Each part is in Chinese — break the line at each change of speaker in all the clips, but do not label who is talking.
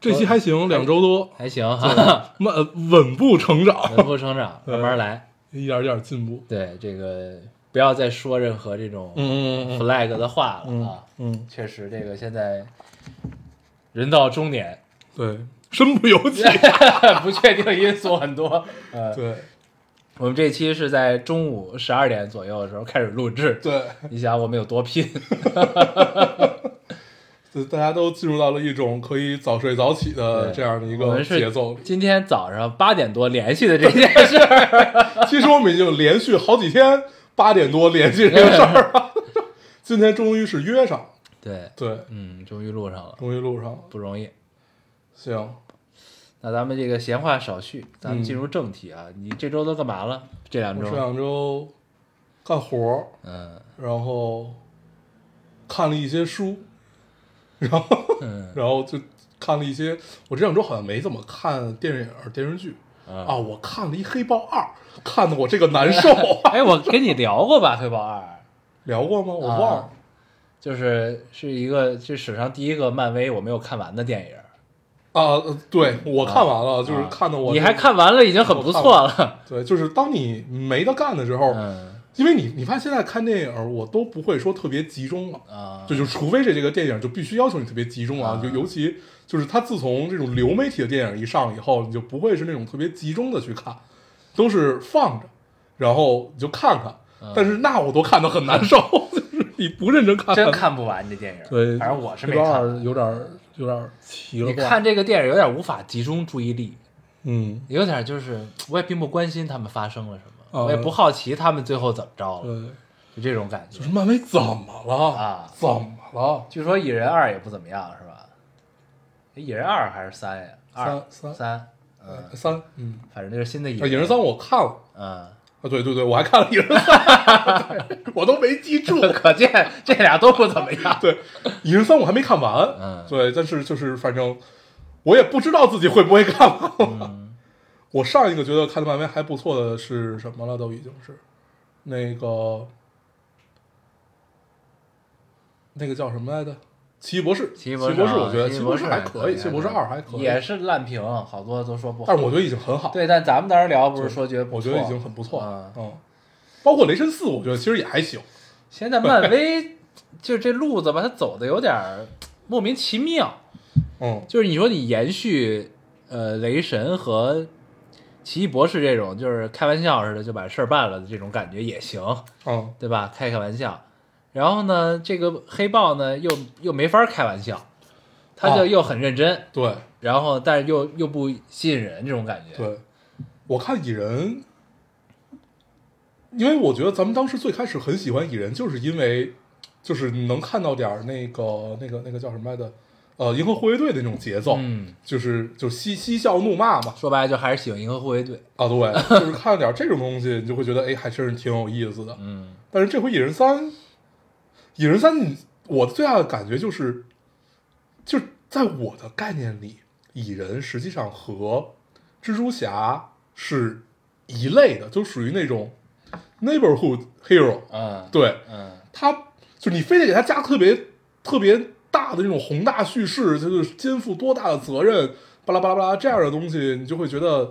这期还行，两周 多，
还行哈，
慢呃稳步成
稳
长，
步成长，
嗯
慢慢来。
一点一点进步。
对，这个不要再说任何这种
嗯
flag 的话了啊。
嗯，
确实，这个现在人到中年，
对，身不由己。
不确定因素很多。呃，
对
我们这期是在中午十二点左右的时候开始录制，
对，
你想我们有多拼？
就大家都进入到了一种可以早睡早起的
对
这样的一
我
个
们是
节奏。
今天早上八点多联系的这件 事儿，
其实我们已经连续好几天八点多联系这个事儿了， 今天终于是约上，
对，
对，
嗯，终于录上了，
终于录上了。
不容易。
行，
那咱们这个闲话少叙，咱们
嗯
进入正题啊。你这周都干嘛了？这两
我这
周，
两周干活儿，
嗯
然后看了一些书，然后。
嗯
然后就看了一些，我这两周好像没怎么看电影儿、电视剧啊，
啊，
我看了一《黑豹二》，看得我这个 难受啊
哎，我跟你聊过吧，《黑豹二》
聊过吗？我忘了
啊，就是是一个这史上第一个漫威我没有看完的电影儿，
啊，呃对我看完了，就是
啊
看的我
你还看完了，已经很不错了。
对，就是当你没得干的时候，
嗯
因为你你发现现在看电影儿，我都不会说特别集中了。
啊，
就就除非是这个电影就必须要求你特别集中
啊，
啊就尤其就是它自从这种流媒体的电影一上以后，你就不会是那种特别集中的去看，都是放着，然后你就看看。
嗯
但是那我都看得很难受， 就是你不认真看，
真看不完这电影儿。
对，
反正我是没
这个
看
二
完。
有点儿有点儿奇了
你
怪。
看，这个电影有点无法集中注意力，
嗯，
有点就是我也并不关心他们发生了什么，
啊
我也不好奇他们最后怎么着了，就
对，
这种感觉
就。是漫威怎么了
啊
怎么了？
据说蚁人二也不怎么样，是吧？蚁人二还是三呀？二
三三
三，嗯，
三，嗯，
反正就是新的蚁
啊，影人三，我看了
嗯，
啊，对对对，我还看了影人三，对我都没记住。
可见这俩都不怎么样。
对，《蚁人三》我还没看完，
嗯
对，但是就是反正我也不知道自己会不会看完。嗯我上一个觉得看的漫威还不错的是什么了？都已经是那个那个叫什么来着？奇异博士，
奇
奇
异
异
博
博
士，
士，我觉得
奇异
奇异博
士
士还可以，
还
奇异博士二还可以，
也是烂评，好多都说不好。
但是我觉得已经很好，
对，但咱们当时聊不是说觉得不
我
错，
觉得已经很不错
嗯，
嗯。包括雷神四，我觉得其实也还行，
现在漫威就这路子吧，它走的有点儿莫名其妙。
嗯，
就是你说你延续呃雷神和奇异博士这种，就是开玩笑似的就把事儿办了的这种感觉也行，
嗯，
对吧？开开玩笑。然后呢，这个黑豹呢又又没法开玩笑，他就
啊
又很认真，
对，
然后但是又又不吸引人这种感觉。
对，我看蚁人，因为我觉得咱们当时最开始很喜欢蚁人，就是因为就是能看到点儿那个那个那个叫什么来着？呃，银河护卫队的那种节奏，
嗯，
就是就嬉嬉笑怒骂嘛。
说白了就还是喜欢银河护卫队。
啊，对，就是看了点儿这种东西，你就会觉得哎，还真是挺有意思的。
嗯
但是这回蚁人三，蚁人三，你我最大的感觉就是，就是在我的概念里，蚁人实际上和蜘蛛侠是一类的，就属于那种 neighborhood hero。
嗯，
对
嗯
他，就你非得给他加特别特别大的那种宏大叙事，就是肩负多大的责任，巴拉巴拉巴拉这样的东西，你就会觉得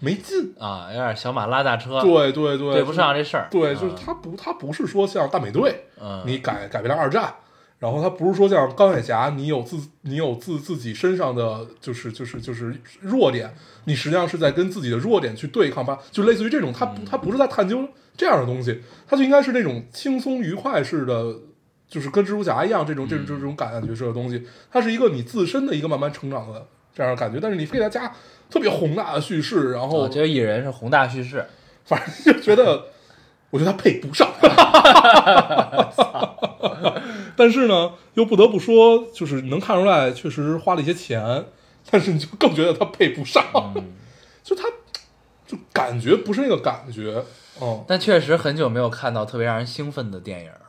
没劲。
啊，有点小马拉大车，
对对对，
对不上这事儿。
对，
嗯
就是他不，他不是说像大美队，
嗯，
你改改变了二战，然后他不是说像钢铁侠，你有自你有自自己身上的就是就是就是弱点，你实际上是在跟自己的弱点去对抗吧，就类似于这种，他不他不是在探究这样的东西，他就应该是那种轻松愉快式的。就是跟蜘蛛侠一样，这种这种这种感觉式的东西，它是一个你自身的一个慢慢成长的这样的感觉，但是你非给它加特别宏大的叙事，然后
我觉得啊蚁人是宏大叙事，
反正就觉得，我觉得他配不上。 但是呢，又不得不说，就是能看出来，确实花了一些钱，但是你就更觉得他配不上， 就他就感觉不是那个感觉，嗯，
但确实很久没有看到特别让人兴奋的电影了。
啊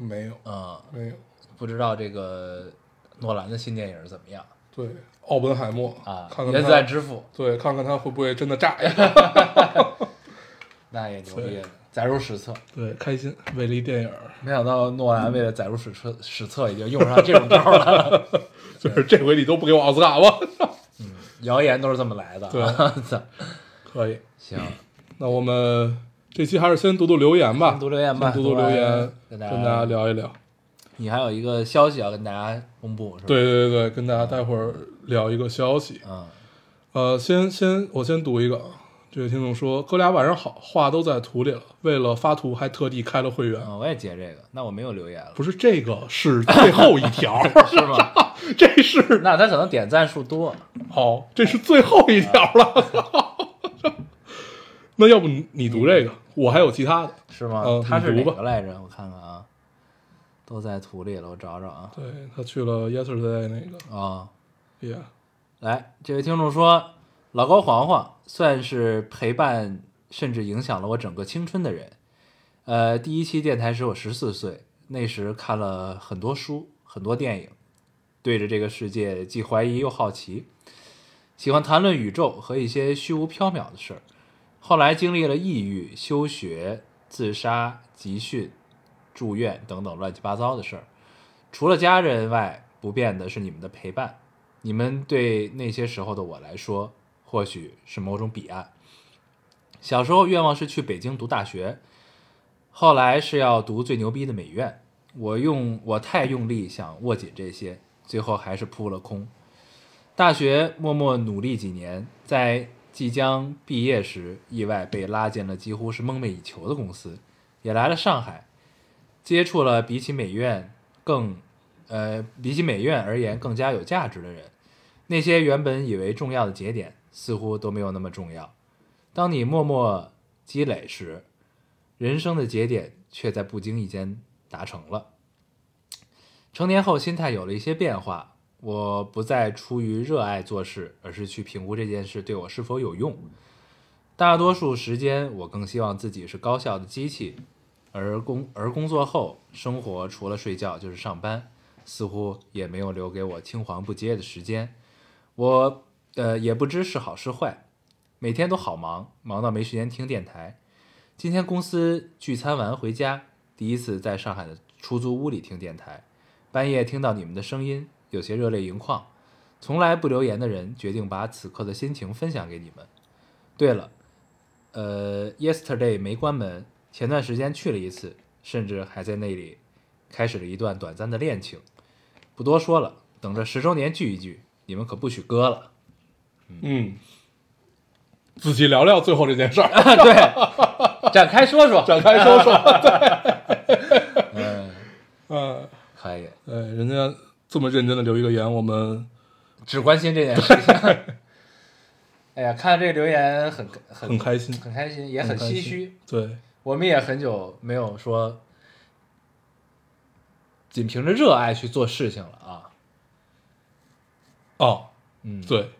没有
嗯，
没有，
不知道这个诺兰的新电影怎么样
对，奥本海默
啊？
看看
原子弹
他，
之父
对，看看他会不会真的炸呀？
那也牛逼了，载入史册。
对，开心，为了一电影，
没想到诺兰为了载入史册，史册已经用上这种招来了。
就是这回你都不给我奥斯卡吧？
谣言都是这么来的。
对
操
可以，
行，
那我们这期还是先读读留言吧，
先读留言吧
先读读留言，
跟
跟
大
大
家
家聊一聊。
你还有一个消息要跟大家公布是吧？，
对对对对，跟大家待会儿聊一个消息。
嗯，
呃，先先我先读一个，啊，这位听众说：“哥俩晚上好，话都在图里了，为了发图还特地开了会员。
嗯我也截这个，那我没有留言了，
不是这个，是最后一条，
是吗？
这是
那他可能点赞数多，
哦，这是最后一条了。 那要不你你读这个，我还有其他的。
是吗？
嗯
他是
你
哪
读吧
个来着？我看看啊，都在土里了，我找找啊
对他去了 yesterday 那个
啊、
，yeah，
来，这位听众说，老高黄黄算是陪伴甚至影响了我整个青春的人。呃，第一期电台时我十四岁，那时看了很多书，很多电影，对着这个世界既怀疑又好奇，喜欢谈论宇宙和一些虚无缥缈的事儿。后来经历了抑郁、休学、自杀、集训、住院等等乱七八糟的事儿，除了家人外，不变的是你们的陪伴。你们对那些时候的我来说，或许是某种彼岸。小时候愿望是去北京读大学，后来是要读最牛逼的美院。我用我太用力想握紧这些，最后还是扑了空。大学默默努力几年，在即将毕业时，意外被拉进了几乎是梦寐以求的公司，也来了上海，接触了比起美院更，呃，比起美院而言更加有价值的人。那些原本以为重要的节点，似乎都没有那么重要。当你默默积累时，人生的节点却在不经意间达成了。成年后，心态有了一些变化，我不再出于热爱做事，而是去评估这件事对我是否有用。大多数时间，我更希望自己是高效的机器，而工而工作后，生活除了睡觉就是上班，似乎也没有留给我青黄不接的时间。我呃也不知是好是坏，每天都好忙，忙到没时间听电台。今天公司聚餐完回家，第一次在上海的出租屋里听电台，半夜听到你们的声音，有些热泪盈眶。从来不留言的人，决定把此刻的心情分享给你们。对了，呃，yesterday 没关门，前段时间去了一次，甚至还在那里开始了一段短暂的恋情。不多说了，等着十周年聚一聚，你们可不许割了。
嗯，仔细聊聊最后这件事儿，
对，展开说说，
展开 说说。
嗯，
嗯，
可以，
哎，人家这么认真的留一个言，我们
只关心这件事情。 哎呀，看这个留言很很
很开心，
很开心，也很
很开心
唏嘘。。
对，
我们也很久没有说仅凭着热爱去做事情了啊。
哦，
嗯，
对，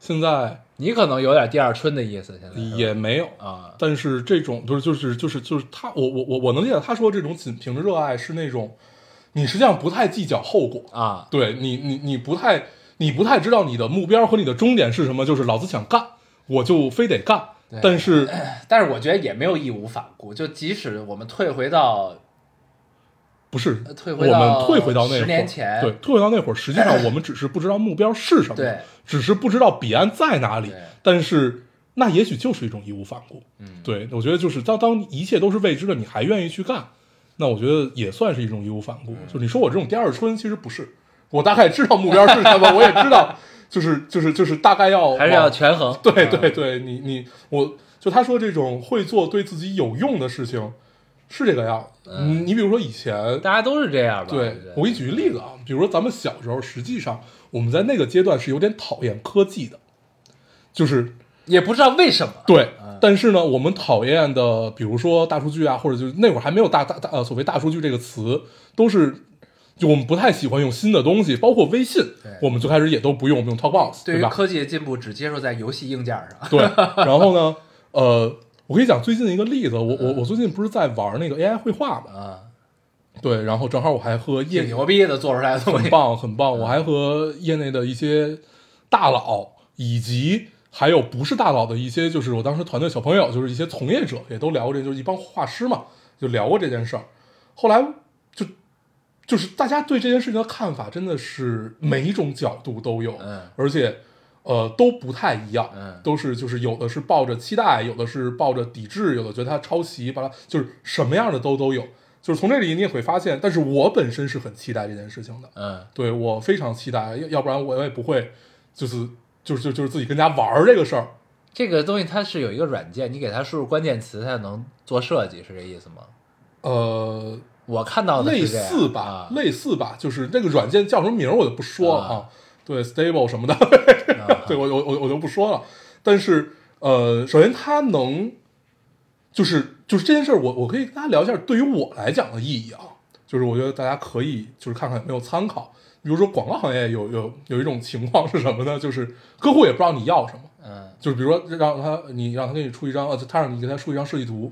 现在
你可能有点第二春的意思，现在是吧
也没有。
啊，
但是这种不是就是就是就是他，我我我我能理解他说这种仅凭着热爱是那种，你实际上不太计较后果，
啊，
对你你你不太你不太知道你的目标和你的终点是什么，就是老子想干，我就非得干
对。
但是
但是我觉得也没有义无反顾。就即使我们退回到
不是
呃退
我
回到
们退回到那会儿
10年前
对，退回到那会儿，实际上我们只是不知道目标是什么，
对，
只是不知道彼岸在哪里
对，
但是那也许就是一种义无反顾，嗯，对，我觉得就是当当一切都是未知的，你还愿意去干，那我觉得也算是一种义无反顾。
嗯
就你说我这种第二春，其实不是，我大概知道目标是什么，我也知道， 就是就是就是大概要
还是要
往
权衡。
对对对，你你我就他说这种会做对自己有用的事情是这个样子。嗯，你比如说以前，
大家都是这样吧？
对
觉得
我给你举个例子啊，比如说咱们小时候，实际上我们在那个阶段是有点讨厌科技的，就是
也不知道为什么。
对，
嗯
但是呢，我们讨厌的，比如说大数据啊，或者就是那会儿还没有大大大呃所谓大数据这个词，都是就我们不太喜欢用新的东西，包括微信
对，
我们最开始也都不用，我们用 Talkbox，
对于
吧？
科技的进步，只接受在游戏硬件上。
对， 然后呢，呃，我跟你讲最近一个例子，我我
嗯
我最近不是在玩那个 AI 绘画嘛，
啊，
对，然后正好我还和
挺
业内
牛逼的，做出来的东
很
西。
棒很棒，我还和业内的一些大佬以及。还有不是大佬的一些，就是我当时团队小朋友，就是一些从业者，也都聊过这，就是一帮画师嘛，就聊过这件事儿。后来就就是大家对这件事情的看法，真的是每一种角度都有，
嗯
而且呃都不太一样，
嗯
都是就是有的是抱着期待，有的是抱着抵制，有的觉得它抄袭，把它就是什么样的都都有。就是从这里你也会发现，但是我本身是很期待这件事情的，
嗯，
对我非常期待，要要不然我也不会就是就是就就是自己跟家玩儿这个事儿。
这个东西它是有一个软件，你给它输入关键词，它就能做设计，是这意思吗？
呃，
我看到的
类
是这样
似吧
啊，
类似吧，就是那个软件叫什么名儿我就不说了
啊
啊。对，stable 什么的， 对我我我我就不说了。但是呃，首先它能，就是就是这件事儿，我我可以跟大家聊一下对于我来讲的意义啊，就是我觉得大家可以就是看看有没有参考。比如说广告行业有有有一种情况是什么呢？就是客户也不知道你要什么，
嗯
就是比如说让他你让他给你出一张，呃，他让你给他出一张设计图，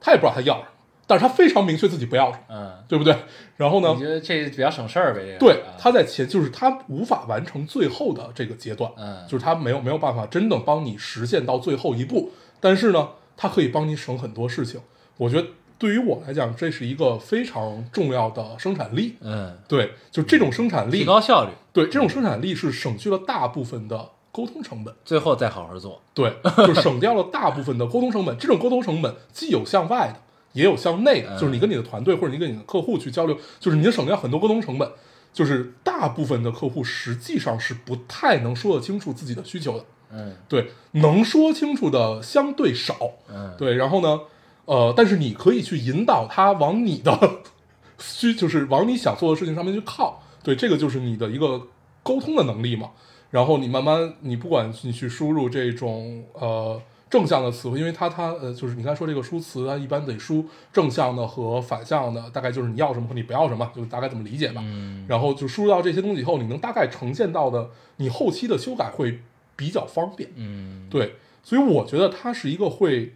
他也不知道他要什么，但是他非常明确自己不要什么，
嗯，
对不对？然后呢
你，觉得这比较省事儿呗？这个
对
啊，
他在前就是他无法完成最后的这个阶段，
嗯
就是他没有没有办法真的帮你实现到最后一步，但是呢，他可以帮你省很多事情。我觉得对于我来讲，这是一个非常重要的生产力。
嗯，
对，就这种生产
提
力，
高效率，
对这种生产力是省去了大部分的沟通成本。
最后再好好做。
对，就省掉了大部分的沟通成本。这种沟通成本既有向外的，也有向内的，就是你跟你的团队或者你跟你的客户去交流，就是你能省掉很多沟通成本。就是大部分的客户实际上是不太能说得清楚自己的需求的，
嗯
对，能说清楚的相对少，
嗯，
对，然后呢，呃，但是你可以去引导他往你的 需，就是往你想做的事情上面去靠。对，这个就是你的一个沟通的能力嘛。然后你慢慢，你不管你去输入这种呃正向的词汇，因为它它呃就是你刚才说这个输词，它一般得输正向的和反向的，大概就是你要什么和你不要什么，就大概怎么理解吧。
嗯
然后就输入到这些东西以后，你能大概呈现到的，你后期的修改会比较方便。
嗯
对，所以我觉得它是一个会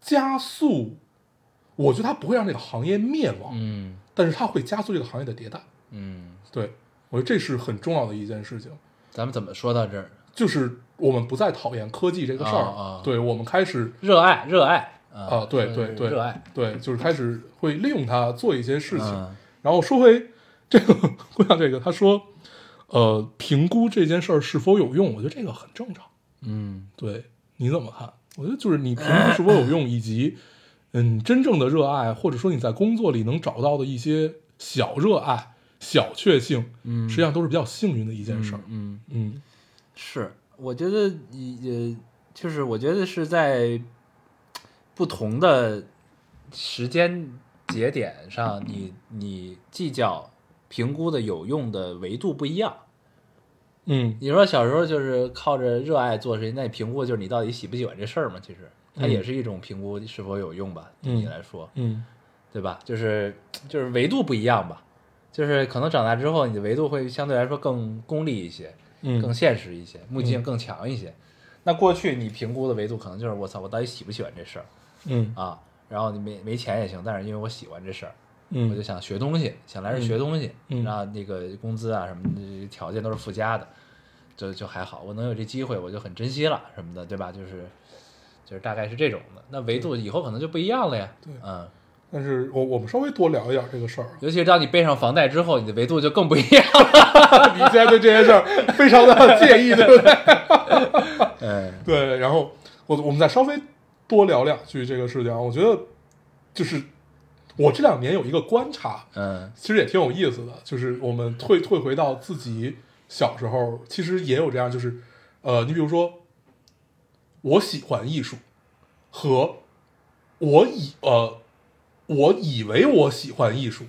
加速，我觉得它不会让这个行业灭亡，
嗯
但是它会加速这个行业的迭代。
嗯，
对我觉得这是很重要的一件事情，
咱们怎么说到这儿？
就是我们不再讨厌科技这个事儿，
啊啊
对我们开始
热爱，热爱
啊、对对对，
热爱。
对，就是开始会利用它做一些事情。
嗯
然后说回这个 姑娘，这个她说，呃，评估这件事儿是否有用，我觉得这个很正常。
嗯
对，你怎么看？我觉得就是你评估是否有用，以及嗯，真正的热爱，或者说你在工作里能找到的一些小热爱、小确幸，嗯，实际上都是比较幸运的一件事儿。
嗯，
嗯
是，我觉得你呃，就是我觉得是在不同的时间节点上，你你计较评估的有用的维度不一样。
嗯
你说小时候就是靠着热爱做事情，那你评估就是你到底喜不喜欢这事儿嘛？其实它
嗯
也是一种评估是否有用吧，对你
嗯
来说，
嗯
对吧？就是就是维度不一样吧，就是可能长大之后你的维度会相对来说更功利一些，更
嗯
现实一些，目的性更强一些。那过去你评估的维度可能就是我操，我到底喜不喜欢这事儿
嗯
啊？然后你没没钱也行，但是因为我喜欢这事儿，我就
嗯
想学东西，想来这学东西，
嗯嗯
然后那个工资啊什么的条件都是附加的，就就还好，我能有这机会我就很珍惜了什么的，对吧？就是就是大概是这种的。那维度以后可能就不一样了呀，
对
嗯，
但是我我们稍微多聊一点这个 事儿啊，
尤其是当你背上房贷之后，你的维度就更不一样了。
你现在对这件事儿非常的介意，对不对？
嗯
对，然后我我们再稍微多聊两句这个事情啊，我觉得就是我这两年有一个观察，
嗯
其实也挺有意思的，就是我们退退回到自己小时候，其实也有这样，就是，呃，你比如说，我喜欢艺术，和我以呃，我以为我喜欢艺术，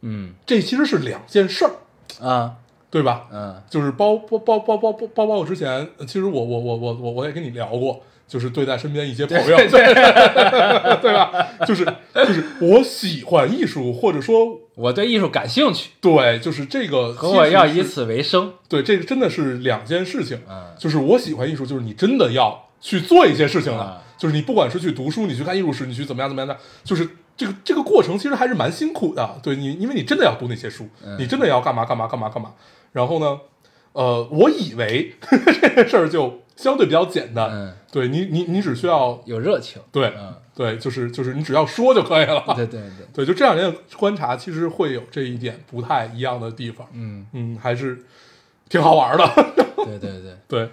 嗯
这其实是两件事儿，
啊
对吧？
嗯
就是包包包包包包包括之前，呃其实我我我我我我也跟你聊过，就是对待身边一些朋友，对 对吧？就是就是我喜欢艺术，或者说
我对艺术感兴趣，
对，就是这个
和我
其实
要
是
以此为生。
对，这个真的是两件事情。
嗯
啊就是我喜欢艺术，就是你真的要去做一些事情了。
嗯
就是你不管是去读书，你去看艺术史，你去怎么样怎么样的，就是这个这个过程其实还是蛮辛苦的。对你，因为你真的要读那些书，
嗯
你真的要干嘛干嘛干嘛干嘛。然后呢，呃，我以为 这个事儿就相对比较简单。
嗯，
对你，你你只需要
有热情。
对、
嗯，
对，就是就是你只要说就可以了。
对对对，
对，就这两年的观察，其实会有这一点不太一样的地方。
嗯，
嗯，还是挺好玩的。
对对 对。
对，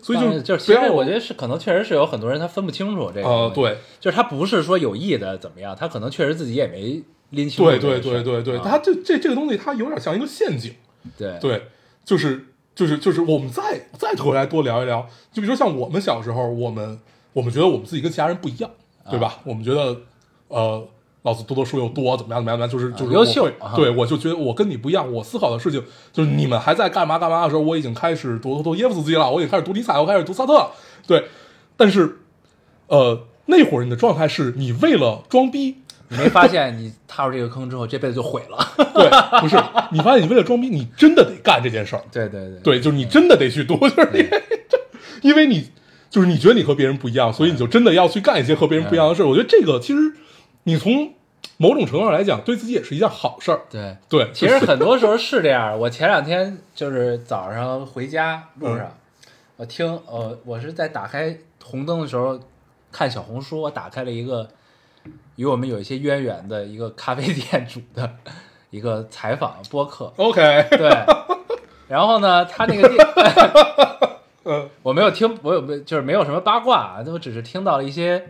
所以
但
就是
就是，其
不要
实我觉得是可能确实是有很多人他分不清楚这个。
呃，，对
就是他不是说有意的怎么样，他可能确实自己也没拎 清楚这
对对
个事儿。
对对对，
啊
它这这这个东西它有点像一个陷阱，
对
对，就是就是就是我们再再回来多聊一聊，就比如说像我们小时候，我们我们觉得我们自己跟其他人不一样，对
啊
吧？我们觉得呃。老子读的书又多，怎么样？怎么样？怎么样？就是就是
优
我
秀
会
啊
对我就觉得我跟你不一样。我思考的事情就是你们还在干嘛干嘛的时候，我已经开始读读耶夫斯基了，我已经开始读尼采，我开始读萨特了。对，但是呃，那会儿你的状态是你为了装逼
你没发现你踏入这个坑之后，这辈子就毁了。
对，不是，你发现你为了装逼，你真的得干这件事儿。
对对对，
对，就是你真的得去读，就是你， 因为你就是你觉得你和别人不一样，所以你就真的要去干一些和别人不一样的事儿。
嗯
我觉得这个其实你从某种程度上来讲，对自己也是一件好事儿。
对
对，
其
就
实
是，
很多时候是这样。我前两天就是早上回家路上，我听呃，我是在打开红灯的时候看小红书，我打开了一个与我们有一些渊源的一个咖啡店主的一个采访播客
OK，
对。然后呢，他那个店，
呃，
我没有听，我有没就是没有什么八卦啊，我只是听到了一些，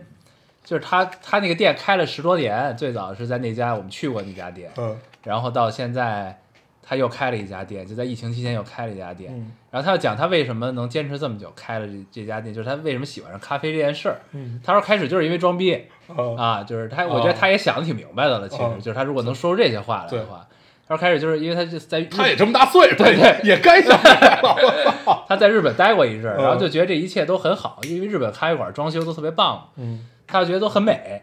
就是他他那个店开了十多年，最早是在那家我们去过那家店，
嗯
然后到现在他又开了一家店，就在疫情期间又开了一家店。
嗯
然后他要讲他为什么能坚持这么久开了这这家店，就是他为什么喜欢上咖啡这件事儿。
嗯
他说开始就是因为装逼
啊，
啊，就是他，
哦
我觉得他也想的挺明白的了。其实、
哦
就是他如果能说出这些话来的话，他说开始就是因为他就在
他也这么大岁数了，
对对
也该想明 白了。
他在日本待过一阵儿，
嗯
然后就觉得这一切都很好，因为日本咖啡馆装修都特别棒嘛。
嗯
他就觉得都很美，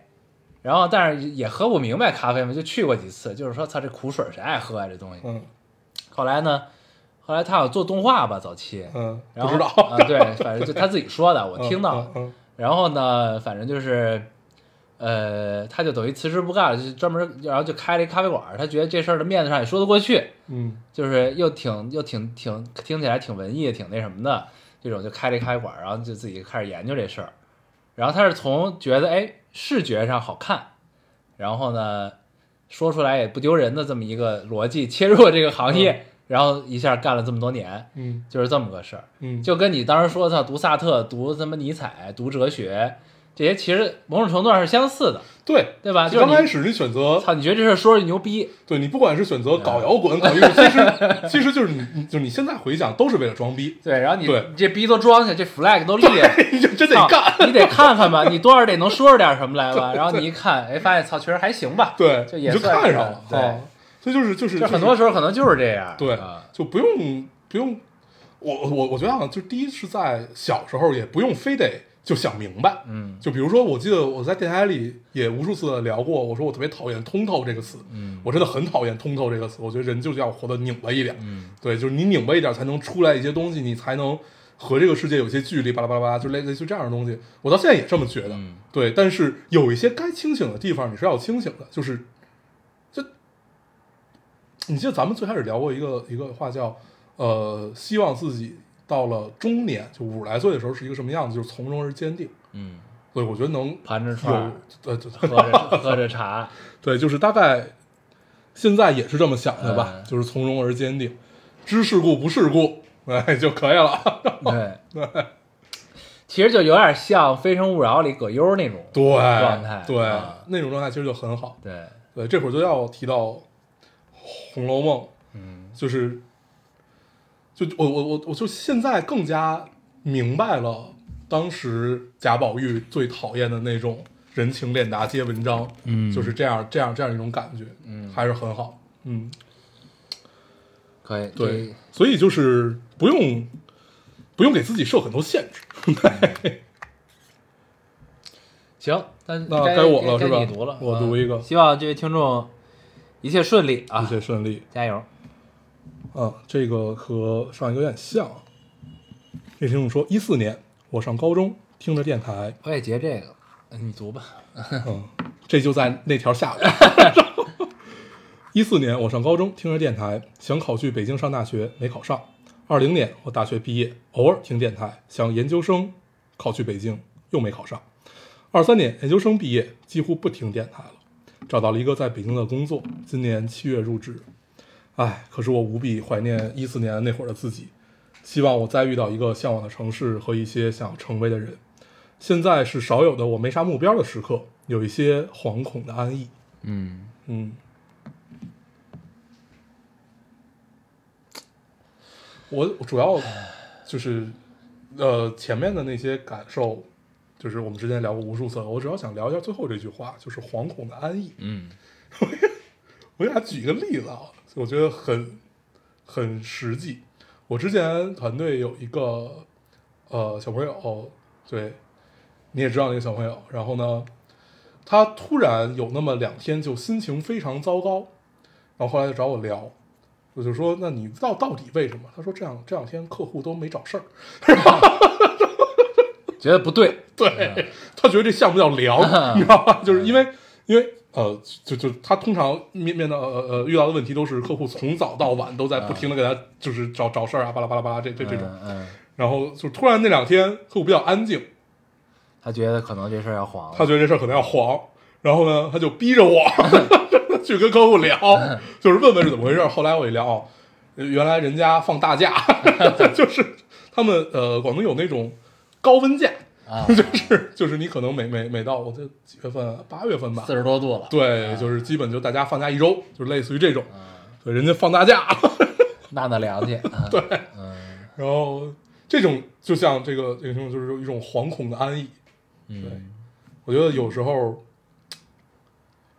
然后但是也喝不明白咖啡嘛，就去过几次，就是说操这苦水谁爱喝啊这东西。
嗯
后来呢，后来他好像做动画吧，早期，
嗯，
然后
不知道，
啊，对，反正就他自己说的， 我听到了
嗯。嗯
然后呢，反正就是，呃，他就等于辞职不干了，就是专门然后就开了一咖啡馆儿，他觉得这事儿的面子上也说得过去，
嗯
就是又挺又挺挺听起来挺文艺、挺那什么的这种，就开了一咖啡馆儿，然后就自己开始研究这事儿。然后他是从觉得哎视觉上好看，然后呢说出来也不丢人的这么一个逻辑切入了这个行业，然后一下干了这么多年，
嗯
就是这么个事儿。
嗯，
就跟你当时说的读萨特、读什么尼采、读哲学这些，其实某种程度上是相似的，
对。
对吧？啊就是
刚开
你
始你选择
操，你觉得这事儿说着牛逼，
对你不管是选择
嗯
搞摇滚、搞艺术，其实其实就是你，你就是你现在回想都是为了装逼，
对，然后你
对
你这逼都装下，这 flag 都立了。
你 就真得
操
干。
啊你得看看吧， 你多少得能说出点什么来吧。然后你一看，哎，发现操，确实还行吧。
对，
就
你
也
就
算
看
是
上了，
对
啊所以就是就是
就很多时候可能就是这样。
对
啊，
就不用不用，我我我觉得好像就第一是在小时候也不用非得就想明白，
嗯
就比如说我记得我在电台里也无数次地聊过，我说我特别讨厌“通透”这个词，
嗯
我真的很讨厌“通透”这个词，我觉得人就是要活得拧巴一点，
嗯
对，就是你拧巴一点才能出来一些东西，你才能和这个世界有些距离，巴拉巴拉巴拉，就类类似于这样的东西。我到现在也这么觉得，
嗯
对。但是有一些该清醒的地方，你是要清醒的，就是就你记得咱们最开始聊过一个一个话叫呃，希望自己到了中年，就五十来岁的时候是一个什么样子，就是从容而坚定。
嗯，
对，我觉得能
盘着串
有
儿，
呃，对
喝着 喝着茶，
对，就是大概现在也是这么想的吧，
嗯
就是从容而坚定，知世故不世故， 哎就可以了。
对其实就有点像《非诚勿扰》里葛优那种。
对，
状态
对、
啊
那种状态其实就很好。
对，
对，呃这会儿就要提到《红楼梦》，
嗯
就是，就我我我我就现在更加明白了，当时贾宝玉最讨厌的那种人情练达皆文章，
嗯
就是这样这样这样一种感觉，嗯，还是很好，嗯，
可以。
对，所以就是不用不用给自己设很多限制，
这，行，那
那
该
该我了是吧
你读了，
我读一个
嗯希望这位听众一切顺利
一
啊，
切顺利。
加油！
啊，这个和上一个有点像。这听众说，一四年我上高中，听着电台，
我也截这个，嗯你读吧。
嗯，这就在那条下边。一四年我上高中，听着电台，想考去北京上大学，没考上。二零年我大学毕业，偶尔听电台，想研究生考去北京，又没考上。二三年研究生毕业，几乎不听电台了，找到了一个在北京的工作，今年七月入职。唉，可是我无比怀念一四年那会儿的自己，希望我再遇到一个向往的城市和一些想成为的人。现在是少有的我没啥目标的时刻，有一些惶恐的安逸。
嗯，
嗯，我主要就是呃前面的那些感受，就是我们之前聊过无数次了。我主要想聊一下最后这句话，就是惶恐的安逸。
嗯，
我给大家举一个例子啊，我觉得很很实际。我之前团队有一个呃小朋友，对，你也知道那个小朋友。然后呢，他突然有那么两天就心情非常糟糕，然后后来就找我聊，我就说：“那你到到底为什么？”他说：“这样这两天客户都没找事儿。”
觉得不对，
对他觉得这项目叫凉，你知道吧？就是因为因为呃，就就他通常面面到呃呃遇到的问题都是客户从早到晚都在不停的给他就是找找事儿啊，巴拉巴拉巴拉这这这种，
嗯，嗯
然后就突然那两天客户比较安静，
他觉得可能这事儿要黄
他
了，
觉得这事儿可能要黄，然后呢，他就逼着我 去跟客 户聊，就是问问是怎么回事儿。后来我一聊，哦原来人家放 大假，就是他们呃广东有那种高温假，
啊
就是就是你可能每每每到我这几月份啊，八月份吧
四，十啊多度了，
对，就是基本就大家放假一周，就是类似于这种，
啊
对，人家放大假，
纳纳凉去， 啊
对，然后这种就像这个这个听众就是有一种惶恐的安逸，
嗯
对，我觉得有时候，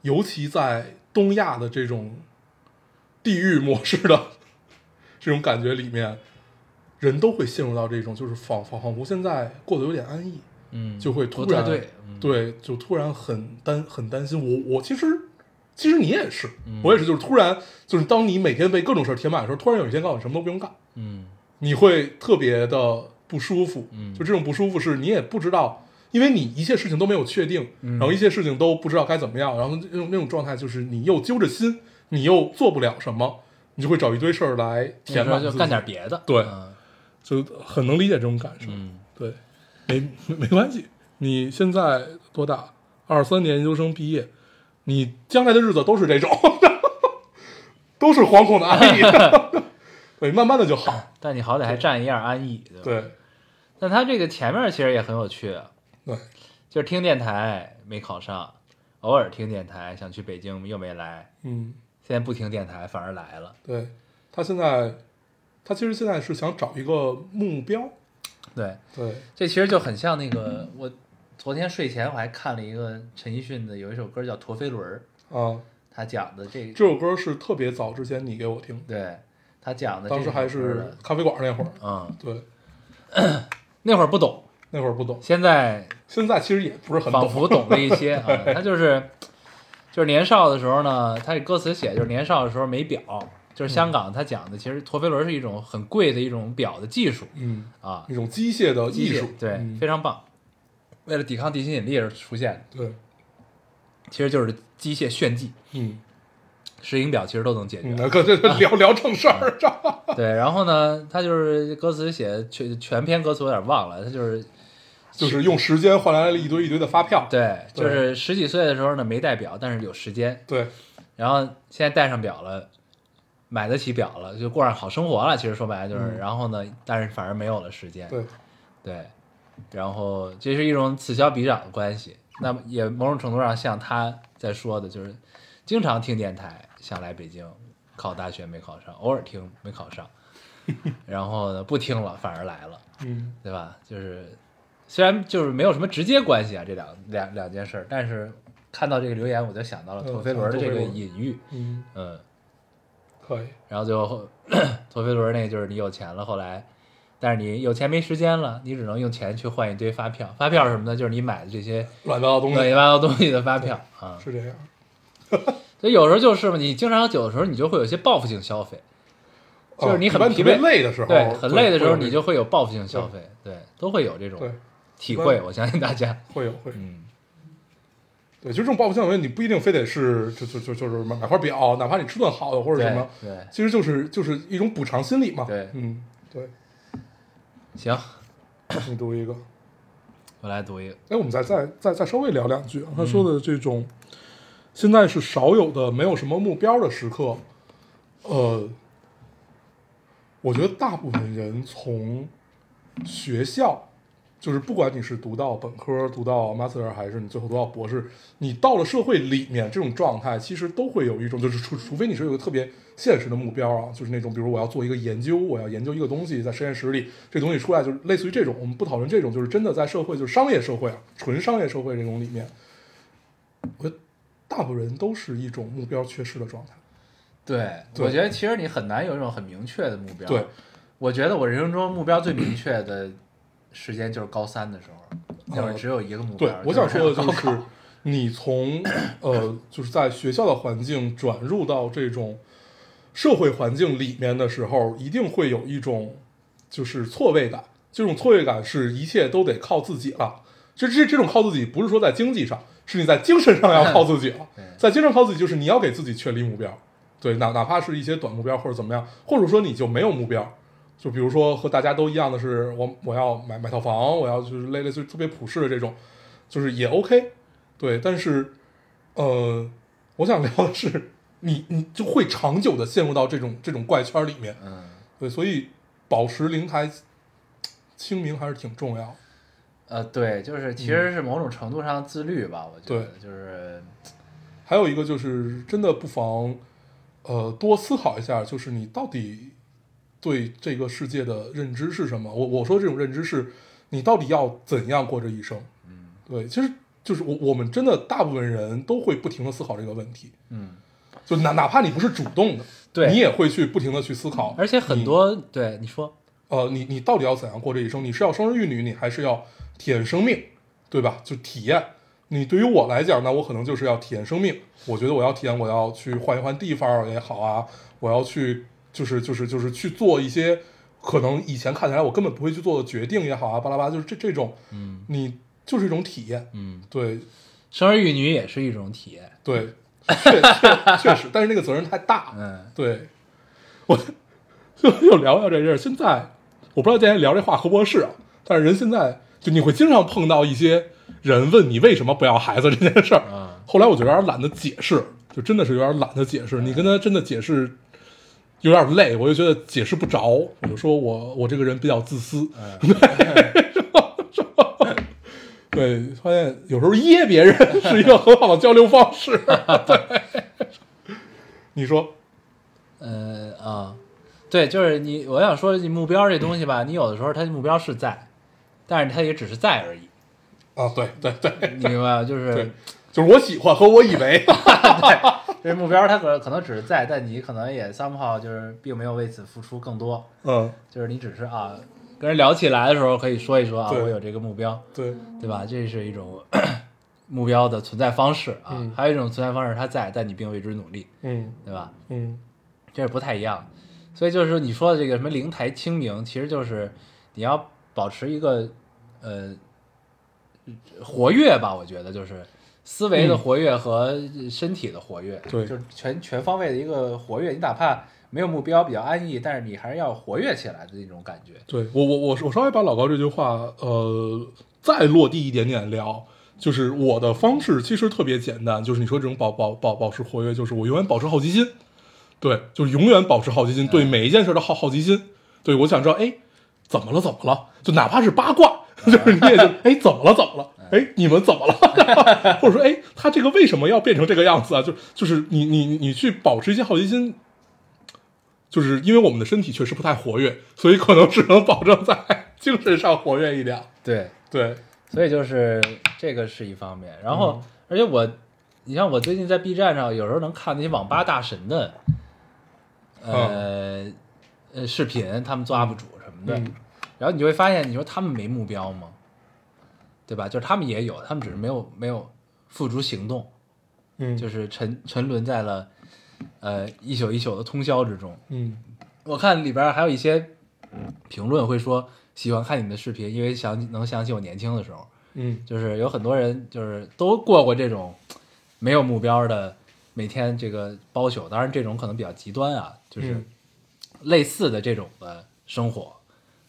尤其在东亚的这种地域模式的 这种感觉里面，人都会陷入到这种就是仿仿仿佛现在过得有点安逸，
嗯，
就会
不
突
太
然
对，嗯
对就突然很担很担心。我我其实其实你也是，
嗯
我也是，就是突然就是当你每天被各种事儿填满的时候，突然有一天告诉你什么都不用干，
嗯
你会特别的不舒服。
嗯
就这种不舒服是你也不知道，因为你一切事情都没有确定，
嗯
然后一切事情都不知道该怎么样，然后那种那种状态就是你又揪着心，你又做不了什么，你就会找一堆事儿来填
那
满
时
自
候
己，
就干点别的，
对
嗯
就很能理解这种感受。
嗯
对，没没没关系。你现在多大？二三年研究生毕业，你将来的日子都是这种， 都是惶恐的 安逸。对，慢慢的就好。
但你好歹还占一样安逸，对吧？
对
那他这个前面其实也很有趣，啊
对，
就是听电台没考上，偶尔听电台想去北京又没来，
嗯，
现在不听电台反而来了，
对他现在，他其实现在是想找一个目标。
对，
对，
这其实就很像那个我昨天睡前我还看了一个陈奕迅的有一首歌叫《陀飞轮》，
啊，
他讲的这
这首歌是特别早之前你给我听的，
对他讲的这
当时
首
还
歌
是
的
咖啡馆那会儿。
嗯，
对，
那会儿不懂，
那会儿不懂，
现在
现在其实也不是很
仿
懂。
佛懂了一 些啊。他就是就是年少的时候呢，他这歌词写的就是年少的时候没表，就是香港他讲的，其实陀飞轮是一种很贵的一种表的技术
嗯，
啊，
一种机械的
机
艺
械
术。
对、
嗯
非常棒。为了抵抗地心引力而出现的，
对，
其实就是机械炫技，
嗯。
石英表其实都能解决。
嗯，那可这这聊聊正事儿，知
嗯
道吧？
对，然后呢，他就是歌词写的全全篇歌词我有点忘了，他就是
就是用时间换来了一堆一堆的发票。
对，
对
就是十几岁的时候呢没带表，但是有时间，
对
然后现在戴上表了，买得起表了，就过上好生活了。其实说白了就是，
嗯
然后呢，但是反而没有了时间。
对
对然后这是一种此消彼长的关系。那么也某种程度上像他在说的，就是经常听电台，想来北京考大学没考上，偶尔听没考 上，然后呢不听了反而来了，
嗯，
对吧？就是虽然就是没有什么直接关系啊，这两两两件事儿，但是看到这个留言我就想到了
嗯
陀飞轮的
想到
这
陀
个
飞轮
隐喻，
嗯，
嗯。
可以，
然后最后陀飞轮那个就是你有钱了，后来但是你有钱没时间了，你只能用钱去换一堆发票。发票是什么呢？就是你买的这些
乱七八糟东
乱七
西
八糟东西的发票啊。
是这样。
所以有时候就是嘛，你经常有的时候你就会有一些报复性消费，
哦
就是你很
一般
疲
特别
惫
累的时候，
对，很累的时候
会有
你就会有报复性消费，对，都会有这
这种
种
对
体
一
会。
般
我相信大家，
会有会有
嗯，
对，就这种报复性消费，你不一定非得是就就就就是买买块表，哪怕你吃顿好的或者什
对
么，
对，
其实就是就是一种补偿心理嘛。
对
嗯，对，
行，
你读一个。
我来读一个，
哎，我们再再再再稍微聊两句啊。他说的这种，现在是少有的没有什么目标的时刻。呃，我觉得大部分人从学校，就是不管你是读到本科、读到 master 还是你最后读到博士，你到了社会里面这种状态，其实都会有一种，就是除除非你是有一个特别现实的目标啊，就是那种比如我要做一个研究，我要研究一个东西，在实验室里这东西出来，就是类似于这种。我们不讨论这种，就是真的在社会，就是商业社会啊，纯商业社会这种里面，我觉得大部分人都是一种目标缺失的状态。
对，
对
我觉得其实你很难有一种很明确的目标。
对，
我觉得我人生中目标最明确的时间就是高三的时候，那会儿只有一个目标
哦对。，我想说的就
高考
是，你从呃，就是在学校的环境转入到这种社会环境里面的时候，一定会有一种就是错位感。这种错位感是一切都得靠自己了。这这这种靠自己，不是说在经济上，是你在精神上要靠自己了
对。
在精神上靠自己，就是你要给自己确立目标，对，哪哪怕是一些短目标或者怎么样，或者说你就没有目标。就比如说和大家都一样的是，我我要买买套房，我要就是类类似于特别普世的这种，就是也 OK，对，但是，呃，我想聊的是，你你就会长久的陷入到这种这种怪圈里面，
嗯，
对，所以保持灵台清明还是挺重要的，
呃，对，就是其实是某种程度上自律吧，我觉得
对
就是
还有一个就是真的不妨，呃，多思考一下，就是你到底对这个世界的认知是什么？我我说这种认知是，你到底要怎样过这一生？嗯，对，其实就是我我们真的大部分人都会不停的思考这个问题，
嗯，
就哪哪怕你不是主动的，
对
你也会去不停的去思考，
而且很
你
多对你说，
呃，你你到底要怎样过这一生？你是要生儿育女，你还是要体验生命，对吧？就体验。你对于我来讲呢，我可能就是要体验生命。我觉得我要体验，我要去换一换地方也好啊，我要去就是就是就是去做一些可能以前看起来我根本不会去做的决定也好啊，巴拉巴拉，就是这这种，嗯，你就是一种体验，
嗯，
对
生儿育女也是一种体验，
对，确确确实，但是那个责任太大，
嗯，
对，我就又聊聊这事儿。现在我不知道今天聊这话合不合适啊，但是人现在就你会经常碰到一些人问你为什么不要孩子这件事儿。
嗯
后来我就有点懒得解释，就真的是有点懒得解释。你跟他真的解释有点累，我就觉得解释不着。我就说我我这个人比较自私，
嗯
对，发现有时候噎别人是一个很好的交流方式。对，你说
呃啊、对，就是你，我想说，你目标这东西吧，你有的时候它的目标是在，但是它也只是在而已，
啊？对对对
你明白吗？就是
对，就是我喜欢和我以为。
这目标它可可能只是在，但你可能也 somehow 就是并没有为此付出更多，
嗯，
就是你只是啊，跟人聊起来的时候可以说一说啊，
对
我有这个目标，
对，
对吧？这是一种 目标的存在方式啊，
嗯
还有一种存在方式它在，但你并为之努力，
嗯
对吧？
嗯，
这是不太一样。所以就是说你说的这个什么灵台清明，其实就是你要保持一个呃活跃吧，我觉得就是思维的
嗯
活跃和身体的活跃，
对
就是全全方位的一个活跃。你哪怕没有目标，比较安逸，但是你还是要活跃起来的那种感觉。
对我我我我稍微把老高这句话呃再落地一点点聊，就是我的方式其实特别简单，就是你说这种保保保保持活跃，就是我永远保持好奇心，对，就是永远保持好奇心，对每一件事都好好奇心，对我想知道哎怎么了怎么了，就哪怕是八卦。 就是你也就哎怎么了怎么了哎你们怎么了， 或者说哎他这个为什么要变成这个样子啊？就就是你你你你去保持一些好奇心，就是因为我们的身体确实不太活跃，所以可能只能保证在精神上活跃一点。
对，
对，
所以就是这个是一方面。然
嗯
后，而且我，你像我最近在 B 站上，有时候能看那些网吧大神的，呃、呃视频，他们做 UP 主什么的。
嗯
然后你就会发现，你说他们没目标吗？对吧？就是他们也有，他们只是没有没有付诸行动，
嗯，
就是是沉沉沦在了呃一宿一宿的通宵之中。
嗯
我看里边儿还有一些评论会说喜欢看你的视频，因为想起能想起我年轻的时候，
嗯
就是有很多人就是都过过这种没有目标的每天这个包宿，当然这种可能比较极端啊，就是
嗯
类似的这种的生活，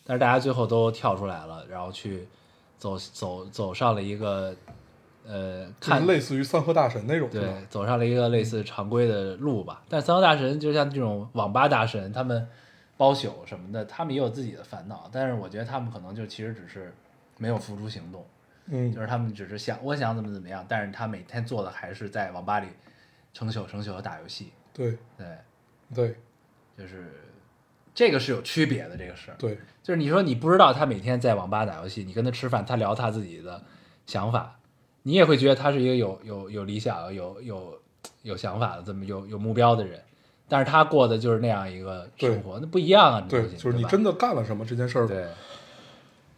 但是大家最后都跳出来了，然后去走走走上了一个呃
就是
看
类似于三河大神那种，是
对
吧，
走上了一个类似常规的路吧。但三高大神就像这种网吧大神，他们包宿什么的，他们也有自己的烦恼。但是我觉得他们可能就其实只是没有付诸行动，
嗯
就是他们只是想我想怎么怎么样，但是他每天做的还是在网吧里成宿成宿的打游戏。
对
对，
对
就是这个是有区别的，这个是
对，
就是你说你不知道他每天在网吧打游戏，你跟他吃饭，他聊他自己的想法，你也会觉得他是一个有有有理想、有有有想法的这么有有目标的人，但是他过的就是那样一个生活，那不一样啊！这
对
东，西
就是你
吧
真的干了什么这件事儿，
对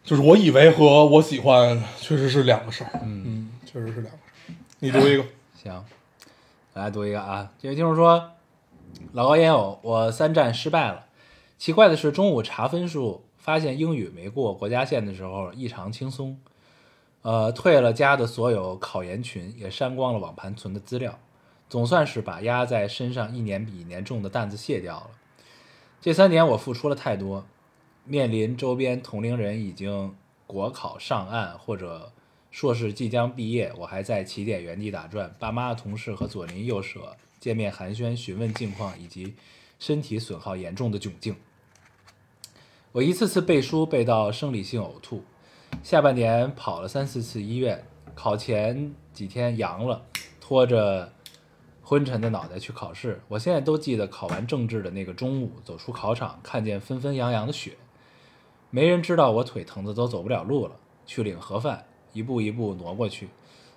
就是我以为和我喜欢确实是两个事儿，嗯，确实是两个事儿。你读一个，
行，来读一个啊，这位听众说，老高烟友，我三战失败了，奇怪的是中午查分数发现英语没过国家线的时候异常轻松，呃，退了家的所有考研群，也删光了网盘存的资料，总算是把压在身上一年比一年重的担子卸掉了。这三年我付出了太多，面临周边同龄人已经国考上岸或者硕士即将毕业，我还在起点原地打转，爸妈、同事和左邻右舍见面寒暄、询问近况以及身体损耗严重的窘境。我一次次背书背到生理性呕吐，下半年跑了三四次医院，考前几天阳了，拖着昏沉的脑袋去考试。我现在都记得考完政治的那个中午，走出考场，看见纷纷扬扬的雪，没人知道我腿疼的都走不了路了。去领盒饭，一步一步挪过去，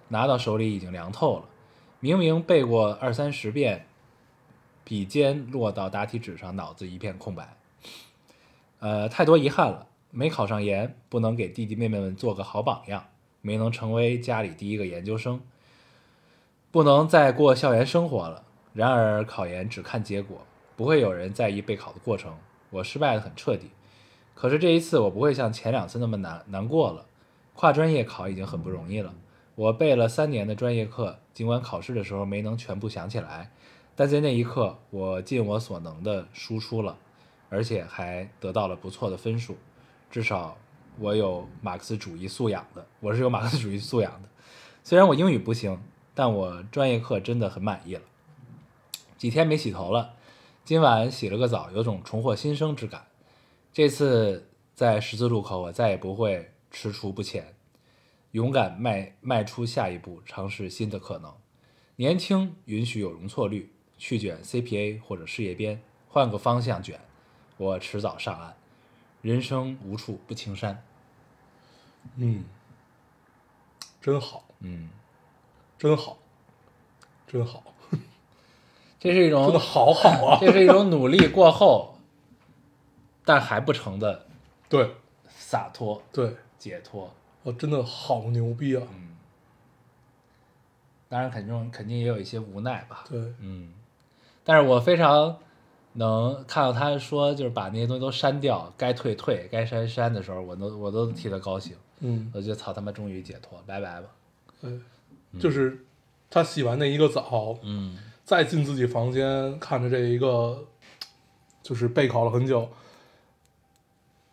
拿到手里已经凉透了。明明背过二三十遍，笔尖落到答题纸上，脑子一片空白。呃，太多遗憾了，没考上研，不能给弟弟妹妹们做个好榜样，没能成为家里第一个研究生，不能再过校园生活了。然而考研只看结果，不会有人在意备考的过程。我失败的很彻底，可是这一次我不会像前两次那么难难过了。跨专业考已经很不容易了，我背了三年的专业课，尽管考试的时候没能全部想起来，但在那一刻我尽我所能的输出了。而且还得到了不错的分数，至少我有马克思主义素养的，我是有马克思主义素养的。虽然我英语不行，但我专业课真的很满意了。几天没洗头了，今晚洗了个澡，有种重获新生之感。这次在十字路口，我再也不会踟蹰不前，勇敢迈迈出下一步，尝试新的可能。年轻允许有容错率，去卷 CPA 或者事业编，换个方向卷，我迟早上岸。人生无处不青山。
嗯，真好，
嗯，
真好，真好，
这是一
真的
种，
好好 啊！
这是一种努力过后，但还不成的
对
洒脱
对，
解脱。
我真的好牛逼啊！
嗯，当然肯定肯定也有一些无奈吧。
对，
嗯，但是我非常能看到他说，就是把那些东西都删掉，该退退，该删删的时候，我都我都替他高兴。
嗯，
我觉得操他妈终于解脱，拜拜吧。
对，就是他洗完那一个澡，
嗯
再进自己房间，看着这一个，就是备考了很久，